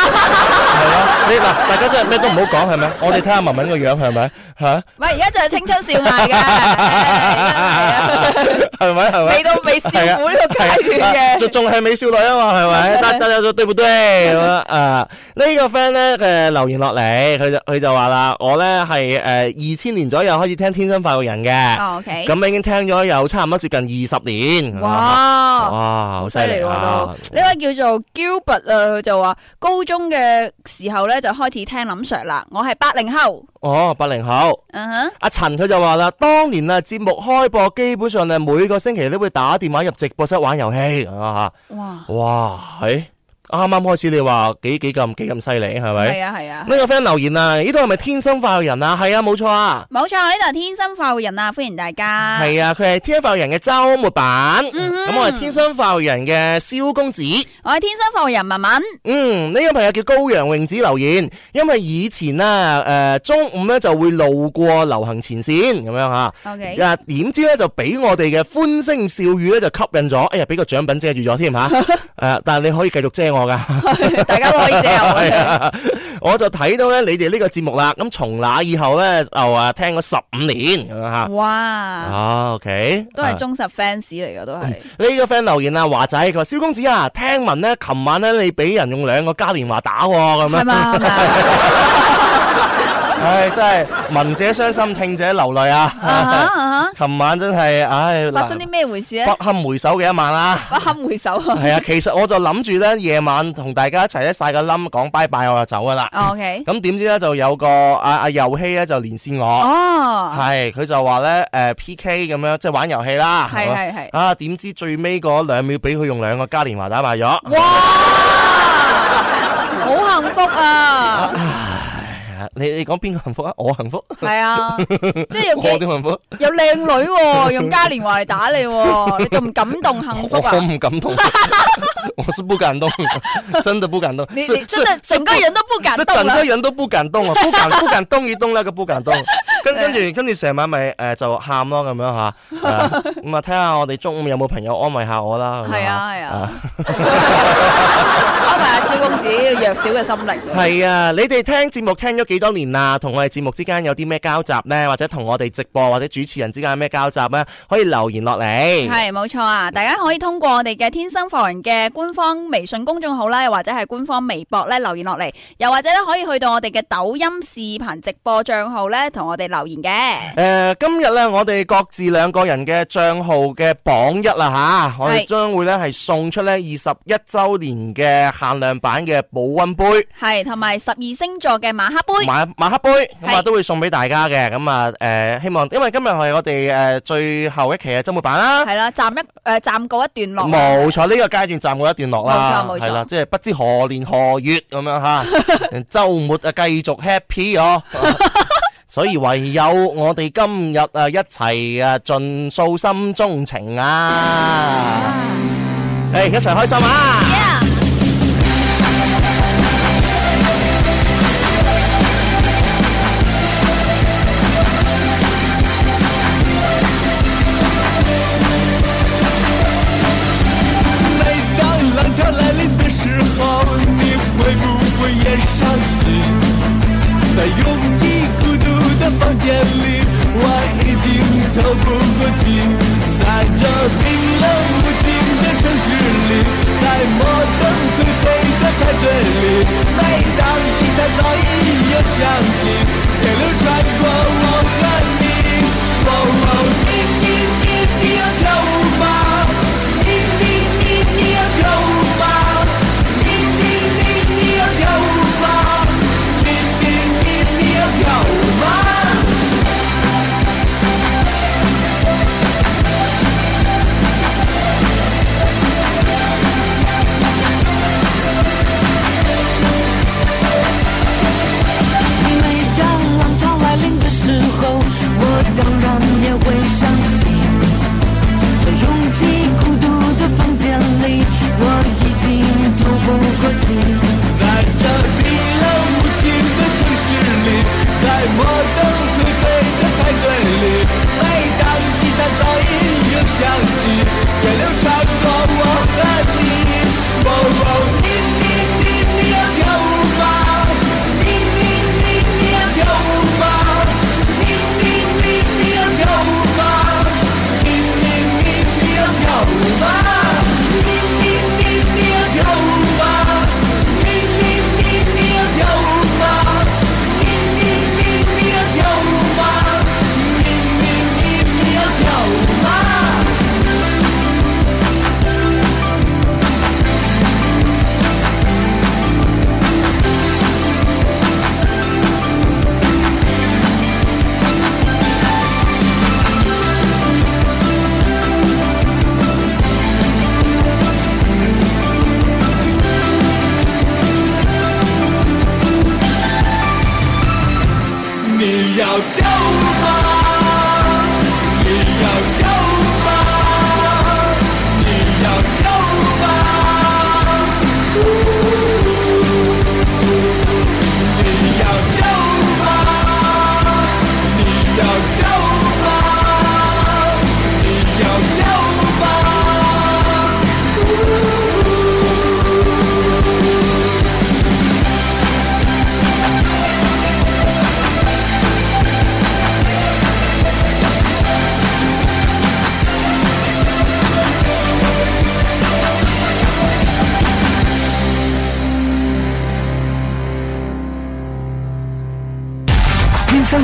Speaker 2: 啊！你嗱，大家真係咩都唔好講係咪？我哋睇下文文個樣係咪嚇？
Speaker 3: 唔係而家就係青春少艾嘅
Speaker 2: (laughs)
Speaker 3: 唉真係啊，
Speaker 2: 係咪係咪？
Speaker 3: 未到未少
Speaker 2: 係啊
Speaker 3: 婦呢個階段
Speaker 2: 啊
Speaker 3: 嘅。
Speaker 2: 仲仲係美少女啊嘛，係咪？得得得，對唔對？咁樣啊，呢個 friend 咧誒留言落嚟，佢就佢就話啦，我咧係誒二千年左右開始聽《天生快活人》嘅，
Speaker 3: 哦，OK。
Speaker 2: 啊咁已經聽咗有差唔多接近二十年。！
Speaker 3: 哇！
Speaker 2: 哇，好
Speaker 3: 好
Speaker 2: 犀
Speaker 3: 犀
Speaker 2: 利
Speaker 3: 利喎
Speaker 2: 啊！
Speaker 3: 都，呢位叫做 Gilbert 啊，佢就話高中嘅時候咧就開始聽林 Sir 啦，我係八零後，
Speaker 2: 哦，八零後。
Speaker 3: 嗯哼，
Speaker 2: 阿陳佢就話啦，當年啊節目開播，基本上咧每個星期都會打電話入直播室玩遊戲啊
Speaker 3: 哇，
Speaker 2: 嚇！哇，係啱啱開始你話幾幾咁幾咁犀利係咪？
Speaker 3: 係啊係
Speaker 2: (laughs)
Speaker 3: 啊，
Speaker 2: 呢個 friend 留言啊，呢度係咪天生化學人啊？係啊，冇錯啊，
Speaker 3: 冇錯，呢度係天生快活人啊，歡迎大家，
Speaker 2: 係啊，佢係天生化學人嘅周末版，咁我係天生化學人嘅蕭公子。
Speaker 3: 我係天生快活人文 (laughs) 文，
Speaker 2: 嗯，呢個朋友叫高陽泳子留言，因為以前呢，誒、中午呢就會路過流行前線咁樣嚇。
Speaker 3: OK
Speaker 2: 啊點知呢就俾我哋嘅歡聲笑語呢就吸引咗，哎呀俾個獎品遮住咗添嚇。誒、但係你可以繼續遮我㗎。
Speaker 3: 大家都可以借我
Speaker 2: 係
Speaker 3: 嘅，
Speaker 2: 啊， (laughs) 我就睇到咧你哋呢個節目啦，咁從那以後咧就啊聽咗十五年咁樣吓。
Speaker 3: 哇，
Speaker 2: 啊，OK，
Speaker 3: 都係忠實 fans 嚟嘅，都係，
Speaker 2: 啊呢個 friend 留言啊，華仔佢話：蕭公子啊，聽聞咧，琴晚咧你俾人用兩個嘉年華打喎，咁
Speaker 3: 係
Speaker 2: 樣，
Speaker 3: 嘛係啊嘛，
Speaker 2: 唉，真係聞者傷心，聽者流淚
Speaker 3: 啊哈
Speaker 2: 啊！
Speaker 3: 啊哈
Speaker 2: (laughs) 琴晚真係，唉，
Speaker 3: 發生啲咩回事咧
Speaker 2: 不？堪回首嘅一晚啦。
Speaker 3: 不堪回首啊
Speaker 2: 係啊，其實我就諗住咧，夜晚同大家一齊咧晒個冧，講拜拜，我就走噶啦。
Speaker 3: 哦，OK，Ờ,
Speaker 2: 咁點知咧就有個阿阿遊戲咧就連線我。
Speaker 3: 哦，
Speaker 2: 係，佢就話咧，誒 P K 咁樣，即係玩遊戲啦，
Speaker 3: 係
Speaker 2: 嘛
Speaker 3: 係係
Speaker 2: 啊，點知最尾嗰兩秒俾佢用兩個嘉年華打敗咗，
Speaker 3: 哇，好幸福啊！
Speaker 2: 啊你你講邊個幸福啊？ (laughs) 我幸福，
Speaker 3: 系啊，即系
Speaker 2: (laughs)
Speaker 3: 有
Speaker 2: 我點
Speaker 3: 幾
Speaker 2: 幸福？
Speaker 3: 有靓女喎，用嘉年華嚟打你，喎，你仲唔感動幸福
Speaker 2: 我
Speaker 3: 啊？
Speaker 2: 我唔感
Speaker 3: (laughs)
Speaker 2: 動， (laughs) 我是不感動， (laughs) 真的不感動。
Speaker 3: 你
Speaker 2: 是
Speaker 3: 你真
Speaker 2: 是
Speaker 3: 係整個人都不啊感
Speaker 2: 這
Speaker 3: 動
Speaker 2: 整
Speaker 3: 啦
Speaker 2: 個，人都不敢動啊，不敢不敢動一動那個不敢
Speaker 3: (laughs)
Speaker 2: 動，跟跟住跟住成晚咪誒就喊咯咁樣嚇，啊咁啊睇下我哋中午有冇朋友安慰下我啦。咁樣嚇
Speaker 3: 係啊係啊，安慰下萧公子弱小嘅心靈。
Speaker 2: 系啊，你哋聽節目聽咗幾多年啦？同我哋節目之間有啲咩交集呢？或者同我哋直播或者主持人之間有咩交集呢？可以留言落嚟。
Speaker 3: 係冇錯啊！大家可以通過我哋嘅天生浮人嘅官方微信公眾號啦，又或者係官方微博咧留言落嚟，又或者咧可以去到我哋嘅抖音視頻直播帳號咧，同我哋留言嘅。
Speaker 2: 诶、今日呢，我哋各自兩個人嘅帳號嘅榜一啦吓，我哋
Speaker 3: 係
Speaker 2: 將會呢係送出呢二十一周年嘅限量版嘅保温杯、
Speaker 3: 係同埋十二星座嘅馬克杯。
Speaker 2: 馬馬克杯，咁啊
Speaker 3: 係
Speaker 2: 都會送俾大家嘅。咁啊诶，希望因為今日係我哋诶、誒最後一期嘅周末版啦。
Speaker 3: 系啦，暫一诶、呃、暂告一段落。
Speaker 2: 冇錯，呢、個階段站過一段落啦，
Speaker 3: 冇錯冇錯
Speaker 2: 係啦，即係不知何年何月咁樣吓，
Speaker 3: (laughs)
Speaker 2: 週末啊繼續 happy 哦。 (laughs) 所以唯有我哋今日啊一齊啊盡訴心中情
Speaker 3: (laughs)
Speaker 2: 啊！誒、一齊開心啊！
Speaker 6: 每当浪潮来临的时候，你会不会也伤心？在拥挤孤独的房间里，我已经透不过气，在这冰冷无情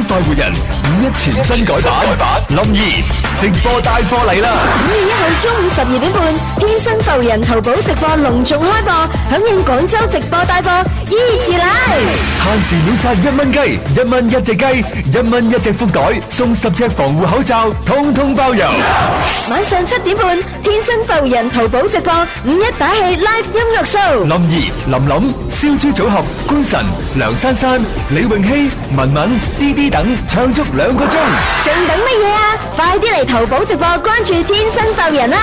Speaker 4: 快活人五一全新改版，林怡直播帶貨嚟啦！
Speaker 5: 五月一號中午十二點半，天生浮人淘寶直播隆重開播，響應廣州直播帶貨，依次嚟。
Speaker 4: 限時秒殺一蚊雞，一蚊一隻雞，一蚊一隻福袋，送十隻防護口罩，通通包郵。
Speaker 5: 晚上七點半，天生浮人淘寶直播五一打氣 live 音樂 show。
Speaker 4: 林怡、林林、燒豬組合、官神、梁珊珊、李泳希、文文、D D 等唱足兩個鐘。
Speaker 5: 仲等乜嘢啊？快啲嚟淘寶直播關注天生浮人啦！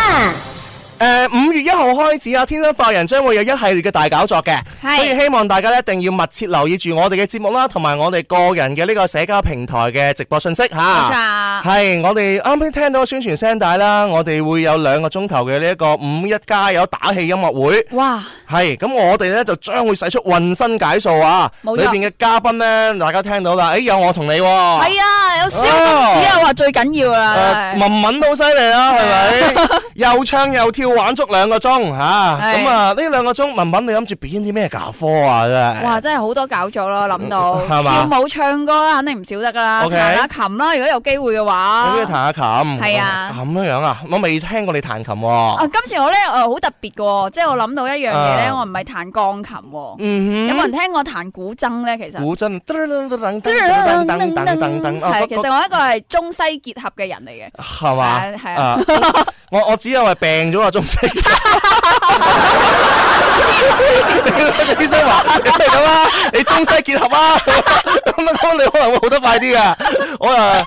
Speaker 2: 誒呃五月一號開始啊，天生化人將會有一系列嘅大搞作嘅，
Speaker 3: 係
Speaker 2: 所以希望大家咧一定要密切留意住我哋嘅節目啦，同埋我哋個人嘅呢個社交平台嘅直播信息嚇。
Speaker 3: 錯
Speaker 2: 係我哋啱啱聽到個宣傳聲帶啦，我哋會有兩個鐘頭嘅呢一個五一加油打氣音樂會。
Speaker 3: 哇！
Speaker 2: 係咁，我哋咧就將會使出渾身解數啊！
Speaker 3: 冇
Speaker 2: 裏
Speaker 3: 錯
Speaker 2: 邊嘅嘉賓咧，大家聽到啦，誒哎有我同你喎。
Speaker 3: 係啊，有小公子啊，話最緊要啦
Speaker 2: 誒。文文都好犀利啦，係咪？又唱又跳玩足兩個鐘嚇，
Speaker 3: 係
Speaker 2: 咁啊呢兩個鐘文文你諗住表演啲咩教科啊？真係
Speaker 3: 哇！真係好多搞作咯，諗到
Speaker 2: 係嘛
Speaker 3: 跳舞、唱歌啦，肯定唔少得噶啦，彈
Speaker 2: OK
Speaker 3: 下琴啦，如果有機會嘅
Speaker 2: 有
Speaker 3: 話
Speaker 2: 咩。彈下琴？
Speaker 3: 係啊
Speaker 2: 咁樣樣啊，我未聽過你彈琴
Speaker 3: 啊，
Speaker 2: 喎。
Speaker 3: 今次我咧誒好特別嘅喎，即係我諗到一樣嘢咧，
Speaker 2: 啊
Speaker 3: 我唔係彈鋼琴喎，
Speaker 2: 嗯
Speaker 3: 有冇
Speaker 2: 哼，
Speaker 3: 人聽過彈古箏咧？其實。 (laughs)
Speaker 2: 古箏噔噔噔噔噔噔噔噔噔噔啊
Speaker 3: 係，其實我一個係中西結合嘅人嚟嘅，
Speaker 2: 係嘛
Speaker 3: 係啊？係啊
Speaker 2: 啊，我我只有係病咗啊，中
Speaker 3: (laughs)
Speaker 2: 式。你醫生話：你係咁啦，你中西結合啊，咁咁你可能會好得快啲噶。我啊，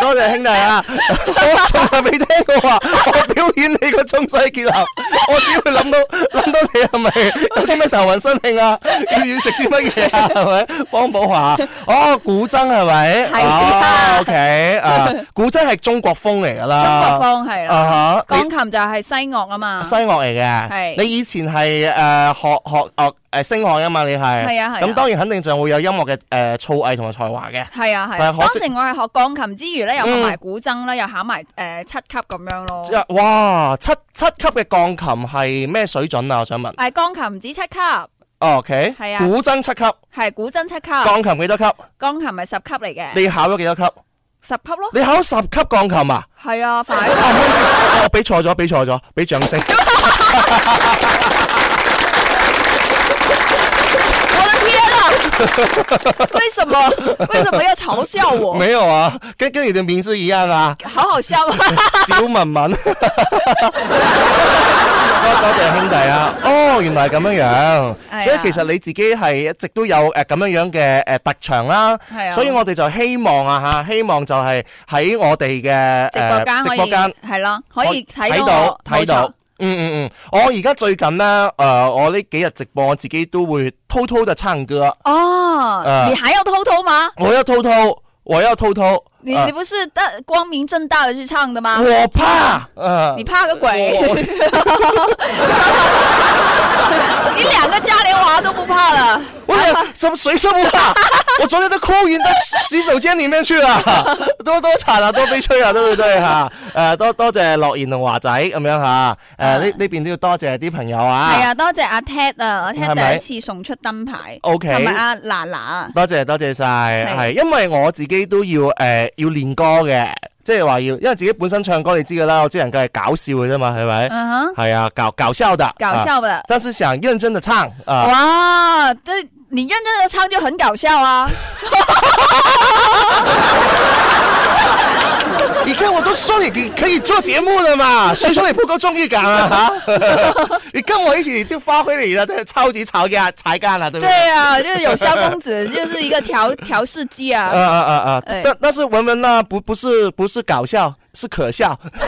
Speaker 2: 多謝兄弟啊，我從來未聽過話我表演你個中西結合，我只會諗到諗到你係咪有啲咩頭暈身慶啊，要要食啲乜嘢啊，係咪幫補下？哦，古箏係咪？
Speaker 3: 係啊
Speaker 2: 哦 OK
Speaker 3: (laughs)
Speaker 2: 啊，古箏係中國風嚟㗎
Speaker 3: 中
Speaker 2: 啦。
Speaker 3: 國風係啦，
Speaker 2: 啊哈，
Speaker 3: 鋼
Speaker 2: 你
Speaker 3: 琴就係西樂啊嘛，
Speaker 2: 西樂嚟嘅。
Speaker 3: 係
Speaker 2: 你以前係誒學學樂誒聲樂啊嘛，你係。
Speaker 3: 係啊係啊
Speaker 2: 咁當然肯定就會有音樂嘅誒造詣同埋才華嘅。
Speaker 3: 係啊係啊。
Speaker 2: 但係可
Speaker 3: 當
Speaker 2: 惜
Speaker 3: 時我係學鋼琴之餘咧，又學
Speaker 2: 嗯
Speaker 3: 埋古箏啦，又考埋誒七級咁樣咯。
Speaker 2: 即係哇，七七級嘅鋼琴係咩水準啊？我想問。
Speaker 3: 係鋼琴唔止七級，
Speaker 2: 哦，OK。
Speaker 3: 係啊
Speaker 2: 古箏七級，
Speaker 3: 係古箏七級，
Speaker 2: 鋼琴幾多級？
Speaker 3: 鋼琴係十級嚟嘅，
Speaker 2: 你考咗幾多級？
Speaker 3: 十級咯。
Speaker 2: 你考十級鋼琴啊？
Speaker 3: 係啊，快
Speaker 2: 啊，唔好意思，啊我俾錯咗，俾錯咗，俾掌聲。
Speaker 3: 我的天啊！为什么为什么要嘲
Speaker 2: (laughs)
Speaker 3: 笑我？
Speaker 2: 沒有啊，跟跟你的名字一樣啊。
Speaker 3: 好好笑
Speaker 2: (laughs)
Speaker 3: 啊！
Speaker 2: 小文文，多 (laughs) 多謝兄弟啊！哦，原來係咁樣
Speaker 3: 係
Speaker 2: 樣，
Speaker 3: 啊
Speaker 2: 所以其實你自己係一直都有誒咁樣樣嘅誒特長啦
Speaker 3: 係，啊
Speaker 2: 所以我哋就希望啊嚇，希望就係喺我哋嘅
Speaker 3: 直
Speaker 2: 誒
Speaker 3: 播間可
Speaker 2: 呃直
Speaker 3: 以
Speaker 2: 播間
Speaker 3: 係啦，可以睇
Speaker 2: 到
Speaker 3: 到
Speaker 2: 睇到。。嗯嗯嗯，我而家最近呢，誒、我呢幾日直播，我自己都會偷偷地唱歌，
Speaker 3: 哦，
Speaker 2: 嗯
Speaker 3: 你還要偷偷吗？
Speaker 2: 我要偷偷，我要偷偷，
Speaker 3: 你
Speaker 2: 呃
Speaker 3: 你不是大光明正大的去唱的吗？
Speaker 2: 我怕，嗯、
Speaker 3: 你怕个鬼！ (laughs) 你两个嘉年华都不怕了，
Speaker 2: 我想怎么谁说不
Speaker 3: (laughs)
Speaker 2: 怕？我昨天都哭晕到洗手间里面去了， (laughs) 多多惨啊，多悲催啊，对不對吓？誒、多多謝樂言同華仔咁樣吓，誒、呢呢邊都要多謝啲朋友啊。
Speaker 3: 啊係啊，多謝阿 Ted 啊，阿
Speaker 2: 係咪
Speaker 3: Ted 第一次送出燈牌
Speaker 2: OK
Speaker 3: 同埋阿娜娜啊，
Speaker 2: 多謝多謝晒，係
Speaker 3: 係
Speaker 2: 因為我自己都要誒、呃要練歌嘅，即係話要，因為自己本身唱歌你知㗎啦，我只能夠係搞笑嘅啫嘛，係咪？
Speaker 3: 嗯哼，
Speaker 2: 係啊，搞搞笑的，
Speaker 3: 搞
Speaker 2: 啊
Speaker 3: 笑的。
Speaker 2: 但是想認真的唱啊。
Speaker 3: 哇，这你认真的唱就很搞
Speaker 2: (laughs)
Speaker 3: 笑啊！
Speaker 2: 你看，我都说你你可以做节目了嘛，谁说你不够综艺感啊？哈，你跟我一起就发挥你的这超级潮干才干了，对不
Speaker 3: 对？啊，就是有萧公子，就是一个调调试机啊
Speaker 2: 啊。啊啊啊！
Speaker 3: 哎
Speaker 2: 但但是文文呢，不不是不是搞笑，是可笑。 (laughs)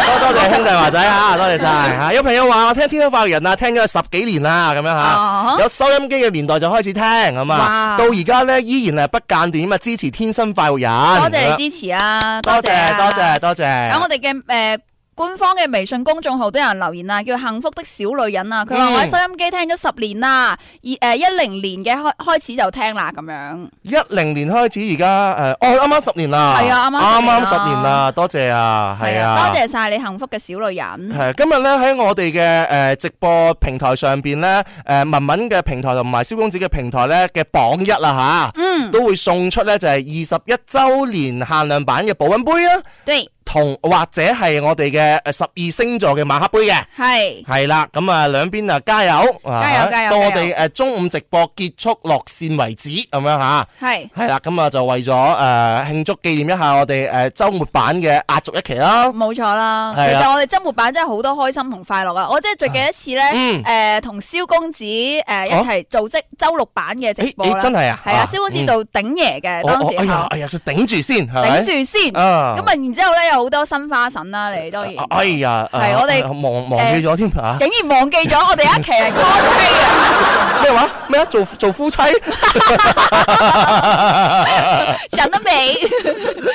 Speaker 2: 多多謝兄弟華仔啊，多謝晒嚇！有朋友話我聽《天生化學人》啊，聽咗十幾年啦，咁樣
Speaker 3: 啊
Speaker 2: 嚇，有收音機嘅年代就開始聽咁啊，
Speaker 3: 哇
Speaker 2: 到而家咧依然係不間斷咁啊支持《天生快活人》。
Speaker 3: 多謝你支持啊，
Speaker 2: 多
Speaker 3: 謝
Speaker 2: 謝
Speaker 3: 啊
Speaker 2: 多謝多謝。
Speaker 3: 咁我哋嘅诶。呃官方嘅微信公眾號都有人留言啊，叫幸福的小女人啊，佢話
Speaker 2: 嗯
Speaker 3: 我喺收音機聽咗十年啦，二誒一零年嘅開開始就聽啦咁樣。
Speaker 2: 一零年開始，而家誒，哦，啱啱十年啦，
Speaker 3: 係啊啱啱十年
Speaker 2: 啱
Speaker 3: 啦
Speaker 2: 啱十年啦，多謝啊，係啊，
Speaker 3: 多謝晒你幸福嘅小女人。
Speaker 2: 係今日咧喺我哋嘅誒直播平台上邊咧，誒文文嘅平台同埋蕭公子嘅平台咧嘅榜一啦吓，
Speaker 3: 嗯，
Speaker 2: 都會送出咧就係二十一週年限量版嘅保温杯啊，
Speaker 3: 對，
Speaker 2: 同或者係我哋嘅呃誒十二星座嘅馬克杯嘅。
Speaker 3: 係。
Speaker 2: 係啦，咁啊兩邊啊加油，
Speaker 3: 加油加油
Speaker 2: 到我
Speaker 3: 加
Speaker 2: 哋
Speaker 3: 油
Speaker 2: 誒中午直播結束落線為止咁樣吓。
Speaker 3: 係
Speaker 2: 係啦，咁啊就為咗誒慶祝紀念一下我哋誒週末版嘅壓軸一期啦。
Speaker 3: 冇錯啦，其
Speaker 2: 係啊
Speaker 3: 實我哋周末版真係好多開心同快樂啊！我真係最記得一次
Speaker 2: 嗯哦
Speaker 3: 咧，诶，同蕭公子诶一齊組織周六版嘅直播
Speaker 2: 咦
Speaker 3: 啦
Speaker 2: 咦，真係啊
Speaker 3: 系啊
Speaker 2: 啊，
Speaker 3: 蕭公子
Speaker 2: 嗯
Speaker 3: 做頂爺嘅
Speaker 2: 我
Speaker 3: 當
Speaker 2: 我哎
Speaker 3: 時
Speaker 2: 呀
Speaker 3: 候，
Speaker 2: 哎呀，就頂住先，係咪？
Speaker 3: 頂住先，咁
Speaker 2: 啊
Speaker 3: 啊，然之后咧有好多新花神啦，你當然，
Speaker 2: 啊哎呀，啊
Speaker 3: 係我哋
Speaker 2: 啊忘忘記咗添啊！
Speaker 3: 竟然忘記咗我哋有一期係 cosplay
Speaker 2: 咩話咩啊？做做夫妻， (laughs)
Speaker 3: 嘅，想得美。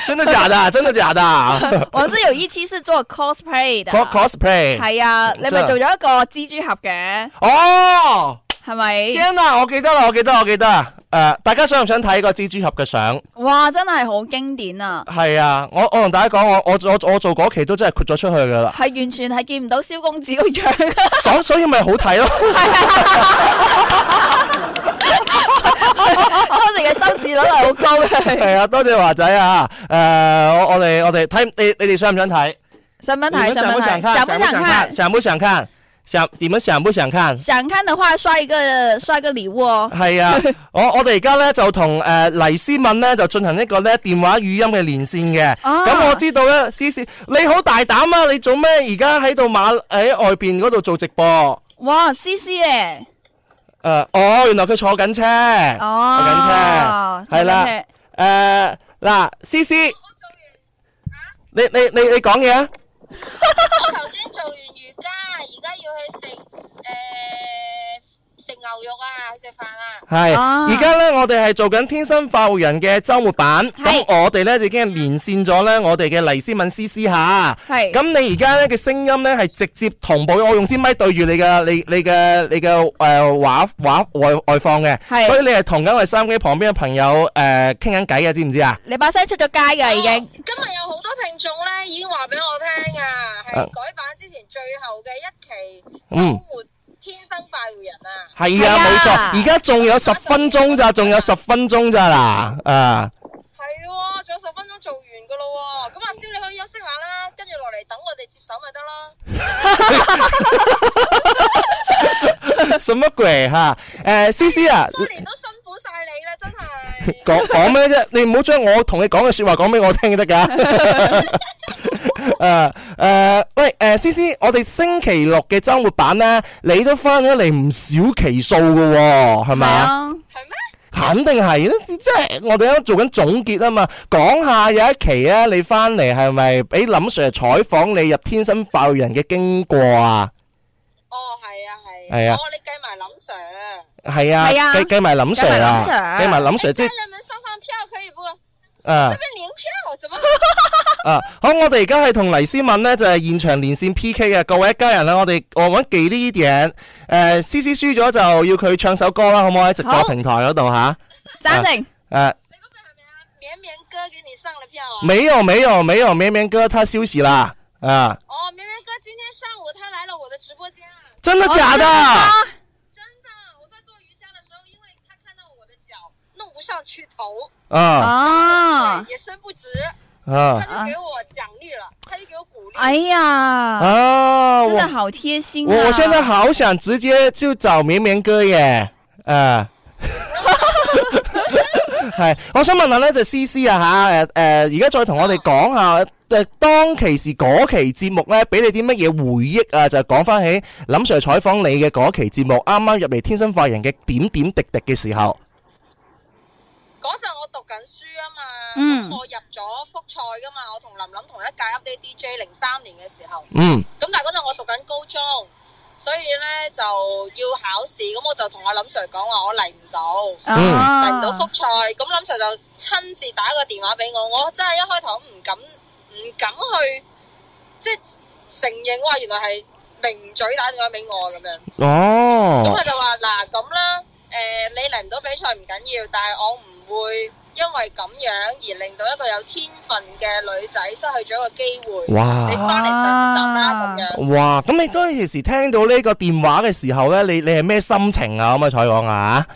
Speaker 2: 真的假的？真的假的
Speaker 3: 我是有一期是做 cosplay 的，
Speaker 2: ？cos cosplay
Speaker 3: 係啊，你咪
Speaker 2: 真係
Speaker 3: 做咗一個蜘蛛俠嘅，
Speaker 2: 哦！
Speaker 3: 係咪？
Speaker 2: 天啊！我記得啦，我記得，我記得啊！誒，大家想唔想睇個蜘蛛俠嘅相？
Speaker 3: 哇，真係好經典啊！
Speaker 2: 係啊，我我同大家講，我我我我做嗰期都真係豁咗出去噶啦，
Speaker 3: 係完全係見唔到蕭公子個
Speaker 2: (laughs)
Speaker 3: 樣，
Speaker 2: 所所以咪好睇咯。
Speaker 3: 當時嘅收視率係好高嘅。
Speaker 2: (laughs) 係啊，多謝華仔啊！誒，我我哋我哋睇你你哋想唔想睇？
Speaker 3: 想不
Speaker 2: 你們想
Speaker 3: 睇？想
Speaker 2: 不
Speaker 3: 不
Speaker 2: 想
Speaker 3: 睇？
Speaker 2: 看？
Speaker 3: 不想看？
Speaker 2: 想不想看？想你們想不想看？
Speaker 3: 想看的話，刷一個刷一個禮物哦。
Speaker 2: 係
Speaker 3: (laughs)
Speaker 2: 啊，我我哋而家咧就同誒黎思敏咧就進行一個咧電話語音嘅連線嘅。
Speaker 3: 啊
Speaker 2: 咁我知道咧，思思你好大膽啊！你做咩而家喺度馬喺外邊嗰度做直播？
Speaker 3: 哇，思思誒，
Speaker 2: 誒、哦，原來佢坐緊車，坐
Speaker 3: 哦
Speaker 2: 緊車，係啦
Speaker 3: 坐緊車，
Speaker 2: 誒嗱，思思，你你你你講嘢啊！
Speaker 7: 我頭先做完瑜伽，而家要去食诶食牛肉啊，食飯啊。
Speaker 2: 係，
Speaker 3: 啊
Speaker 2: 而家咧我哋係做緊《天生化育人》嘅週末版，咁
Speaker 3: 係
Speaker 2: 我哋咧就已經係連線咗咧我哋嘅黎思敏思思下，
Speaker 3: 係
Speaker 2: 咁你而家咧嘅聲音咧係直接同步，我用支咪對住你嘅你你嘅你嘅誒畫畫外外放嘅，
Speaker 3: 係
Speaker 2: 所以你係同緊我哋收音機旁邊嘅朋友誒傾緊偈嘅，知唔知啊？
Speaker 3: 你把聲出咗街
Speaker 7: 哦
Speaker 3: 㗎已經。
Speaker 7: 今日有好多聽眾咧，已經話俾我聽啊，係
Speaker 2: 啊
Speaker 7: 改版之前最後嘅一期
Speaker 2: 嗯
Speaker 7: 生活天生快活人啊。
Speaker 2: 係啊，
Speaker 3: 係
Speaker 2: 冇
Speaker 3: 啊
Speaker 2: 錯，而家仲有十分鐘咋，仲有十分鐘咋嗱，啊，
Speaker 7: 係喎，仲有十分鐘做完噶咯喎，咁阿蕭你可以休息下啦，跟住落嚟等我哋接手咪得咯。
Speaker 2: 嗯什麼鬼嚇？誒，思思啊，
Speaker 7: 多年都辛苦晒你啦，真
Speaker 2: (laughs)
Speaker 7: 係。
Speaker 2: 講講咩啫？你唔好將我同你講嘅説話講俾我聽得㗎。誒誒，喂誒，思思，我哋星期六嘅週末版咧，你都翻咗嚟唔少期數嘅喎，係咪
Speaker 3: 係
Speaker 2: 啊？
Speaker 3: 啊，
Speaker 7: 係咩？
Speaker 2: 肯定係啦，即係我哋喺度做緊總結啊嘛。講下有一期咧，你翻嚟係咪俾林 Sir 採訪你入天生快活人嘅經過啊？
Speaker 7: 哦，係啊，係。
Speaker 2: 係啊
Speaker 7: 哦，你計埋林 Sir 啊。
Speaker 2: 係啊，
Speaker 3: 係啊
Speaker 2: 計計埋林 Sir 啊，計埋
Speaker 3: 計埋
Speaker 2: 林 Sir 即係
Speaker 7: 家人哎們上上票可以不？
Speaker 2: 啊
Speaker 7: 这边零票
Speaker 2: (laughs)
Speaker 7: 怎么？
Speaker 2: 啊！好，我哋而家係同黎思敏呢，就係現場連線 P K 嘅，各位一家人啦，啊我哋我揾記呢啲嘢，誒思思輸咗就要佢唱首歌啦，好唔好喺直播
Speaker 3: 好
Speaker 2: 平台嗰度吓？
Speaker 3: 贊成。
Speaker 2: 誒，
Speaker 7: 你嗰边系咪啊？绵绵哥给你上了票啊？
Speaker 2: 沒有沒有沒有，綿綿哥他休息啦啊！
Speaker 7: 哦，绵绵哥今天上午他来了我的直播啊间，
Speaker 2: 真
Speaker 3: 啊
Speaker 2: 的假的？
Speaker 7: 真的，我在做瑜伽的时候，因为他看到我的脚弄不上去头，
Speaker 2: 啊
Speaker 3: 哦
Speaker 7: 腿，也伸不直，
Speaker 2: 啊
Speaker 7: 他就给我奖励了，他就给我鼓励。
Speaker 3: 哎呀，
Speaker 2: 啊！
Speaker 3: 真的
Speaker 2: 我
Speaker 3: 好貼心啊！
Speaker 2: 我我現在好想直接就找綿綿哥耶，啊！ (laughs) 係，我想問下咧，就思思啊吓，诶、诶，而家再同我哋講下，诶、當其時嗰期節目咧，俾你啲乜嘢回憶啊？就講翻起林 Sir 採訪你嘅嗰期節目，啱啱入嚟天生化人嘅點點滴滴嘅時候，
Speaker 7: 嗰陣我讀緊書啊嘛，
Speaker 3: 嗯
Speaker 7: 咁我入咗福賽噶嘛，我同林林同一屆 update DJ 零三年嘅時候。
Speaker 2: 嗯，
Speaker 7: 咁但係嗰陣我讀緊高中，所以咧就要考試，咁我就同阿林 Sir 講話我嚟唔到，
Speaker 3: 啊
Speaker 7: 嚟唔到復賽，咁林 Sir 就親自打個電話俾我，我真係一開頭唔敢唔敢去，即係承認哇，原來係名嘴打電話俾我咁樣。咁
Speaker 2: 哦
Speaker 7: 我，就話嗱咁啦，誒、你嚟唔到比賽唔緊要，但係我唔會因為咁樣而令到一個有天分嘅女仔失去咗一個機會。
Speaker 2: 哇
Speaker 7: 你翻嚟實習啦咁樣。
Speaker 2: 哇！咁你當時聽到呢個電話嘅時候咧，你你係咩心情啊？可唔可以採訪啊？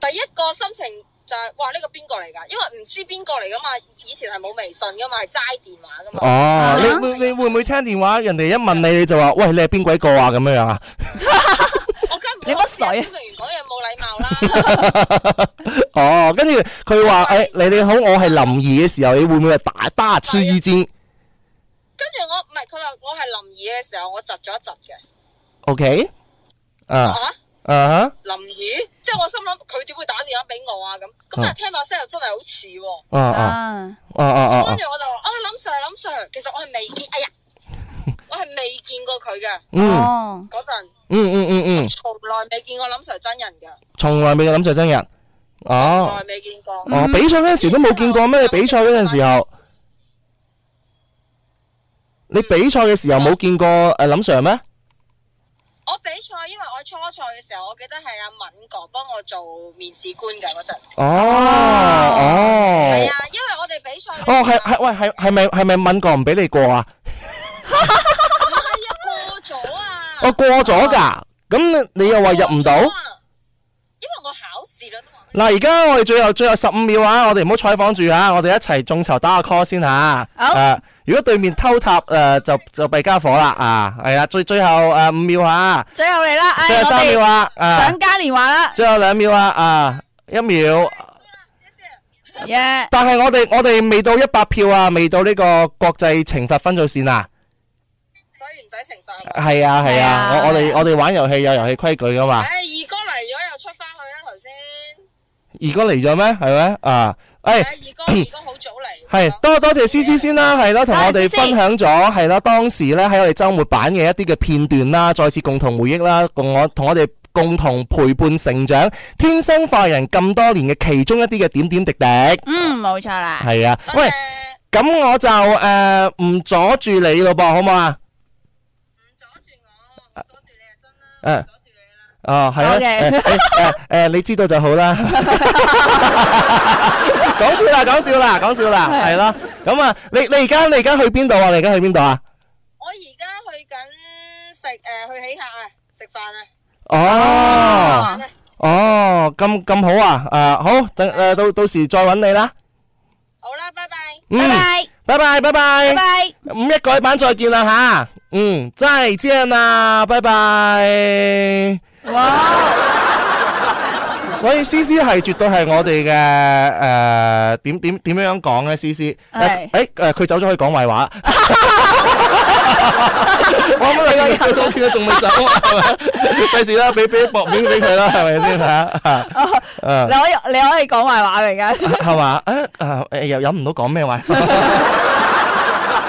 Speaker 7: 第一個心情就係、哇呢、個邊個嚟㗎？因為唔知邊個嚟㗎嘛，以前係冇微信㗎嘛，係齋電話㗎嘛。
Speaker 2: 哦，你
Speaker 7: 啊
Speaker 2: 會你會唔會聽電話？人哋一問你，你就話：喂，你係邊鬼個啊？咁樣樣啊？
Speaker 7: 我梗係唔
Speaker 3: 你乜水啊
Speaker 7: 工作人員講嘢冇禮貌
Speaker 3: (laughs)
Speaker 7: 啦。
Speaker 2: 哦，跟住佢話：誒，你哋好，我係林怡嘅時候，你會唔會係打打黐衣戰
Speaker 7: 跟住我唔係佢話我係林怡嘅時候，我窒咗一窒嘅。
Speaker 2: ？OK，啊
Speaker 7: 啊
Speaker 2: 啊
Speaker 7: 林怡，即係我心諗佢點會打電話俾我啊咁。咁但係聽把聲又真係好似喎。
Speaker 2: 哈啊啊
Speaker 3: 啊，
Speaker 2: 啊啊
Speaker 7: 跟
Speaker 2: 啊！
Speaker 7: 住我就話：啊，林 Sir，林 Sir，其實我係未見，哎呀，我係未見過佢嘅
Speaker 2: 嗯
Speaker 3: 哦，
Speaker 7: 嗰陣，
Speaker 2: 嗯嗯嗯嗯，
Speaker 7: 從來未見過林 Sir 真人嘅，
Speaker 2: 從來未諗就真人。
Speaker 7: 從
Speaker 2: 哦
Speaker 7: 來未見過。
Speaker 3: 嗯
Speaker 2: 哦，比賽嗰陣時都冇見過咩？你比賽嗰陣時候，你比賽嘅時候冇見過誒林 Sir 咩？
Speaker 7: 我比賽，因為我初賽嘅時候，我記得係阿敏哥幫我做面試官嘅嗰陣。
Speaker 2: 哦哦
Speaker 7: 係。啊，因為我哋比賽嘅時候。
Speaker 2: 哦，係係喂，係係咪係咪敏哥唔俾你過啊？
Speaker 7: 唔係啊，過咗啊。
Speaker 2: 我哦過咗㗎，咁你又話入唔到？
Speaker 7: 過咗啊因為我考試啦，都話
Speaker 2: 嗱，而家我哋最後最後十五秒啊，我哋唔好採訪住啊，我哋一齊眾籌打個 call 先吓。
Speaker 3: 好
Speaker 2: 誒如果對面偷塔誒、就就弊家伙啦啊，係啊，最最後誒五秒吓，
Speaker 3: 最後嚟啦，唉
Speaker 2: 最，後
Speaker 3: 我
Speaker 2: 三秒
Speaker 3: 哋
Speaker 2: 啊，啊
Speaker 3: 想，嘉年華啦，
Speaker 2: 最後兩秒啊，啊，一秒。
Speaker 3: 耶！
Speaker 2: 但係我哋我哋未到一百票啊，未到呢個國際懲罰分組線啊。
Speaker 7: 所以唔使懲罰。
Speaker 2: 係啊係
Speaker 3: 係
Speaker 2: 啊
Speaker 3: 啊，
Speaker 2: 我我哋我哋玩遊戲有遊戲規矩噶嘛。
Speaker 7: 唉，二哥嚟咗又出翻去啦，頭先。
Speaker 2: 二哥嚟咗咩？係咪啊？
Speaker 7: 唉，
Speaker 2: 诶、
Speaker 7: 二哥，二哥好早嚟。
Speaker 2: 係多多謝 C C 先啦，係啊啦，同我哋分享咗係啦，當時咧喺我哋週末版嘅一啲嘅片段啦，再次共同回憶啦，共我同我哋。共同陪伴成長，天生化人咁多年嘅其中一啲嘅點點滴滴，
Speaker 3: 嗯，冇錯啦，
Speaker 2: 係啊，
Speaker 7: 多
Speaker 2: 喂
Speaker 7: 謝，
Speaker 2: 咁我就誒唔、阻住你咯噃，好唔好啊？
Speaker 7: 唔阻住我，唔阻住
Speaker 2: 誒
Speaker 7: 你係真啦，唔阻住你啦。
Speaker 2: 哦，係啊，
Speaker 3: 好
Speaker 2: 誒誒誒
Speaker 3: 嘅
Speaker 2: 誒你知道就好 (laughs) 啦。講笑啦，講笑啦，講笑啦，係啦。咁啊，你你而家你而家去邊度啊？你而家去邊度啊？
Speaker 7: 我而家去緊食誒去喜客啊，食飯啊。
Speaker 2: 哦
Speaker 7: 飯啊
Speaker 2: 哦，咁咁好啊！啊好，等誒到到時再揾你啦。
Speaker 7: 好啦，拜拜。
Speaker 2: 嗯拜
Speaker 3: 拜，拜，
Speaker 2: 拜，拜
Speaker 3: 拜
Speaker 2: 拜，
Speaker 3: 拜。
Speaker 2: 五一改版再見啦吓。嗯，再見啦，拜拜。
Speaker 3: 哇，
Speaker 2: 所以 C C 係絕對係我哋嘅誒點點點樣講咧？C C 誒
Speaker 3: 係
Speaker 2: 誒誒佢走咗去講壞話，我乜嘢佢早佢仲未走啊？係咪費事啦，俾俾薄面俾佢啦，係咪先啊嚇？嗯
Speaker 3: 你可以你可以講壞話嚟噶，
Speaker 2: 係嘛？誒誒 (laughs) 誒又飲唔到講咩話？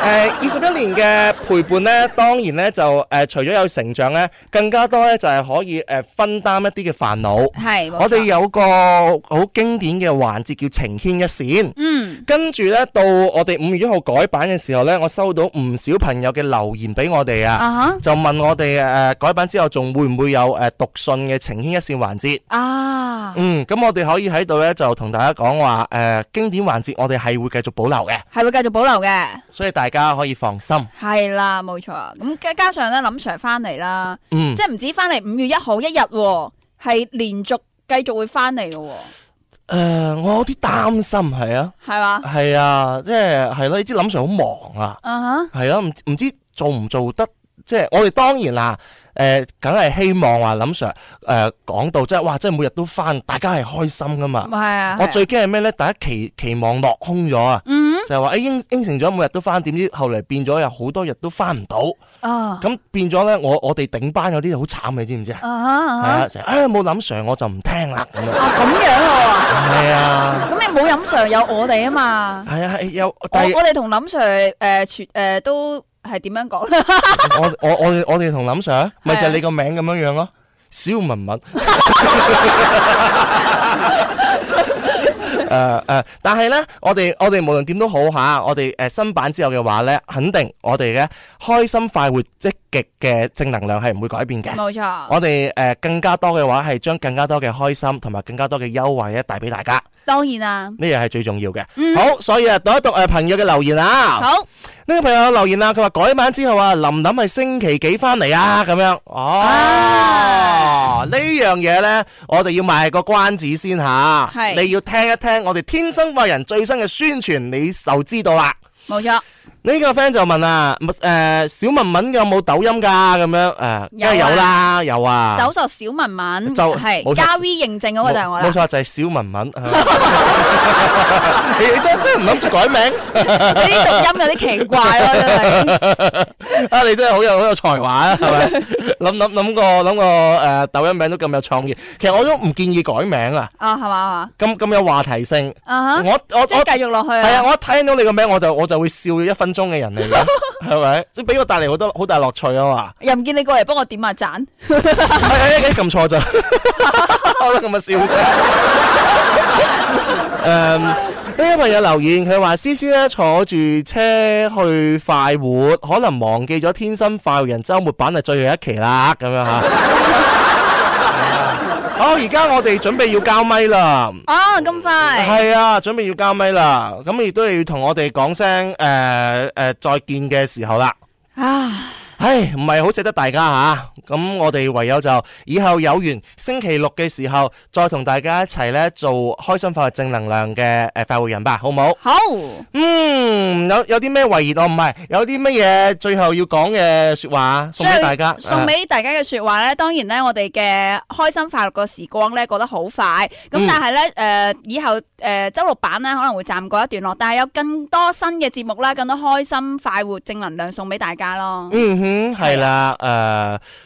Speaker 2: 誒二十一年嘅陪伴呢，當然呢就誒、除咗有成長呢，更加多呢就係可以誒、分擔一啲嘅煩惱。
Speaker 3: 係冇錯
Speaker 2: 我哋有個好經典嘅環節叫情牽一線。
Speaker 3: 嗯，
Speaker 2: 跟住呢，到我哋五月一號改版嘅時候呢，我收到唔少朋友嘅留言俾我哋啊，
Speaker 3: 啊
Speaker 2: 就問我哋誒、改版之後仲會唔會有誒、讀信嘅情牽一線環節？
Speaker 3: 哈啊，
Speaker 2: 嗯，咁我哋可以喺度呢，就同大家講話誒經典環節，我哋係會繼續保留嘅，
Speaker 3: 係會繼續保留嘅。
Speaker 2: 所以大家可以放心。
Speaker 3: 係啦，冇錯。咁加加上咧，林 Sir 翻嚟啦，
Speaker 2: 嗯
Speaker 3: 即。係唔止翻嚟五月一號一日喎，係連續繼續會翻嚟嘅喎，
Speaker 2: 誒、我有啲擔心係啊，
Speaker 3: 係嘛？
Speaker 2: 係啊，即係係咯，你知林 Sir 好忙啊，
Speaker 3: 啊
Speaker 2: 係啊，唔唔知做唔做得，即係我哋當然啦，誒、梗係希望話林 Sir 誒、講到即係哇，即係每日都翻，大家係開心噶嘛。
Speaker 3: 哈，係啊，
Speaker 2: 我最驚係咩呢？大家期期望落空咗啊，
Speaker 3: 嗯
Speaker 2: 就係話誒應應承咗每日都翻，點知後嚟變咗有好多日都翻唔到，
Speaker 3: 啊
Speaker 2: 咁變咗呢，我我哋頂班有啲好慘，你知唔知啊？
Speaker 3: 啊哈
Speaker 2: 係
Speaker 3: 啊
Speaker 2: 啊，成日誒冇林 Sir 我就唔聽啦咁
Speaker 3: (laughs)
Speaker 2: 樣，
Speaker 3: 哈咁樣咯
Speaker 2: 係啊。
Speaker 3: 喎，咁你冇林 Sir 有我哋啊嘛，
Speaker 2: 系啊，有
Speaker 3: 我
Speaker 2: 但系
Speaker 3: 我哋同林 Sir 誒全誒都係點樣講咧？
Speaker 2: (laughs) 我我我哋我哋同林 Sir 咪
Speaker 3: 係啊
Speaker 2: 就係你個名咁樣樣咯，
Speaker 3: (laughs)
Speaker 2: 小文文。誒誒，但係咧，我哋我哋無論點都好嚇，我哋誒新版之後嘅話咧，肯定我哋嘅開心快活積極嘅正能量係唔會改變嘅。
Speaker 3: 冇錯，
Speaker 2: 我哋誒更加多嘅話係將更加多嘅開心同埋更加多嘅優惠咧帶俾大家，
Speaker 3: 當然啊啦。
Speaker 2: 呢樣係最重要嘅。
Speaker 3: 嗯
Speaker 2: 好，所以啊，讀一讀誒朋友嘅留言啊。
Speaker 3: 好，
Speaker 2: 呢個朋友留言啦，佢話改版之後啊，林林係星期幾翻嚟啊？咁樣哦，呢樣嘢呢，我哋要賣個關子先吓，
Speaker 3: 係
Speaker 2: 你要聽一聽我哋天生快人最新嘅宣傳，你就知道啦。
Speaker 3: 冇錯，
Speaker 2: 呢個 friend 就問啊，誒、小文文有冇抖音噶？咁樣誒，呃梗係
Speaker 3: 有啊
Speaker 2: 有啦，有啊，
Speaker 3: 搜索小文文
Speaker 2: 就冇錯
Speaker 3: 係加 V 認證嗰個就係我
Speaker 2: 冇
Speaker 3: 啦
Speaker 2: 冇。錯，就係小文文。 (laughs) 你你真真係唔諗住改名？
Speaker 3: 你啲讀音有啲奇怪咯，
Speaker 2: (laughs)
Speaker 3: 真係。
Speaker 2: 啊！你真係好有好有才華啊，係
Speaker 3: (laughs)
Speaker 2: 咪？諗諗諗個諗個誒抖音名都咁有創意，其實我都唔建議改名啊，
Speaker 3: 啊，係嘛係嘛，
Speaker 2: 咁咁有話題性。
Speaker 3: 啊哈，
Speaker 2: 我我
Speaker 3: 即係
Speaker 2: 我
Speaker 3: 繼續落去
Speaker 2: 係啊！
Speaker 3: 啊。
Speaker 2: 我一睇到你個名我就我就會笑一分鐘嘅人嚟
Speaker 3: (laughs)
Speaker 2: 嘅，係咪？你俾我帶嚟好多好大樂趣啊嘛！
Speaker 3: 又唔見你過嚟幫我點下讚，
Speaker 2: 係係係哎撳錯咗，我都咁嘅笑啫。誒，呢位朋友留言，佢話：思思咧坐住車去快活，可能忘記咗《天生快活人》週末版係最後一期啦，咁樣嚇。好，而家我哋準備要交咪啦。
Speaker 3: 哦，咁快，
Speaker 2: 係啊，準備要交咪啦，咁亦都要同我哋講聲誒誒再見嘅時候啦。
Speaker 3: 啊，
Speaker 2: 唉，唔係好捨得大家吓，咁我哋唯有就以後有緣星期六嘅時候，再同大家一齊咧做開心快活正能量嘅誒快活人吧，好唔好？
Speaker 3: 好，
Speaker 2: 嗯，有有啲咩遺言哦，唔係有啲乜嘢最後要講嘅說話送俾大家，啊
Speaker 3: 最送俾大家嘅說話咧，當然咧，我哋嘅開心快樂嘅時光咧過得好快，咁
Speaker 2: 嗯
Speaker 3: 但係咧誒以後誒周六版咧可能會暫過一段落，但係有更多新嘅節目啦，更多開心快活正能量送俾大家咯。
Speaker 2: 嗯哼，係啦，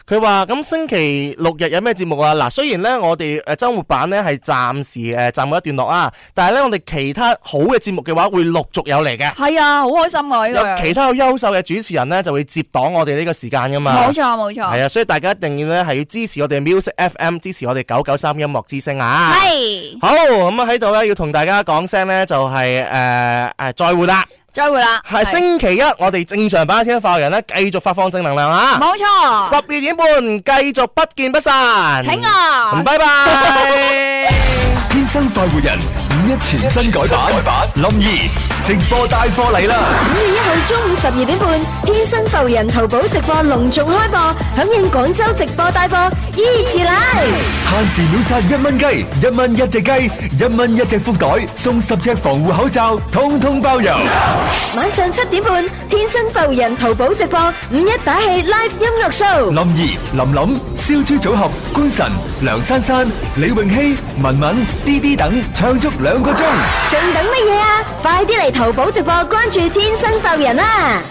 Speaker 2: 誒、佢話咁星期六日有咩節目啊？嗱，雖然呢，我哋誒週末版呢係暫時誒暫過一段落啊，但係呢，我哋其他好嘅節目嘅話，會陸續有嚟嘅。
Speaker 3: 係啊，好開心啊呢
Speaker 2: 有
Speaker 3: 個，
Speaker 2: 其他有優秀嘅主持人呢，就會接檔我哋呢個時間噶嘛。
Speaker 3: 冇錯冇錯
Speaker 2: 係，啊，所以大家一定要呢，係要支持我哋 Music FM，支持我哋九九三音樂之聲啊。
Speaker 3: 係，
Speaker 2: 好，咁啊喺度呢，要同大家講聲呢，就係誒誒再會啦。
Speaker 3: 再會啦，
Speaker 2: 係星期一，我哋正常版嘅天化人呢，繼續發放正能量啊！
Speaker 3: 冇
Speaker 2: 十
Speaker 3: 錯，
Speaker 2: 二點半繼續不見不散。嗯
Speaker 3: 請啊。
Speaker 2: 拜拜。
Speaker 3: (laughs)
Speaker 4: 天生快活人五一全新改版，林兒直播帶貨嚟啦！
Speaker 5: 五月一號中午十二點半，天生浮人淘寶直播隆重開播，響應廣州直播帶貨，依次嚟。
Speaker 4: 限時秒殺一蚊雞，一蚊一隻雞，一蚊一隻福袋，送十隻防護口罩，通通包郵。
Speaker 5: 晚上七點半，天生浮人淘寶直播五一打氣 live 音樂 show，
Speaker 4: 林兒、林林、燒豬組合、官神、梁珊珊、李泳希、文文、D D 等唱足兩個鐘。
Speaker 5: 仲等乜嘢啊？快啲嚟淘寶直播關注天生浮人啦！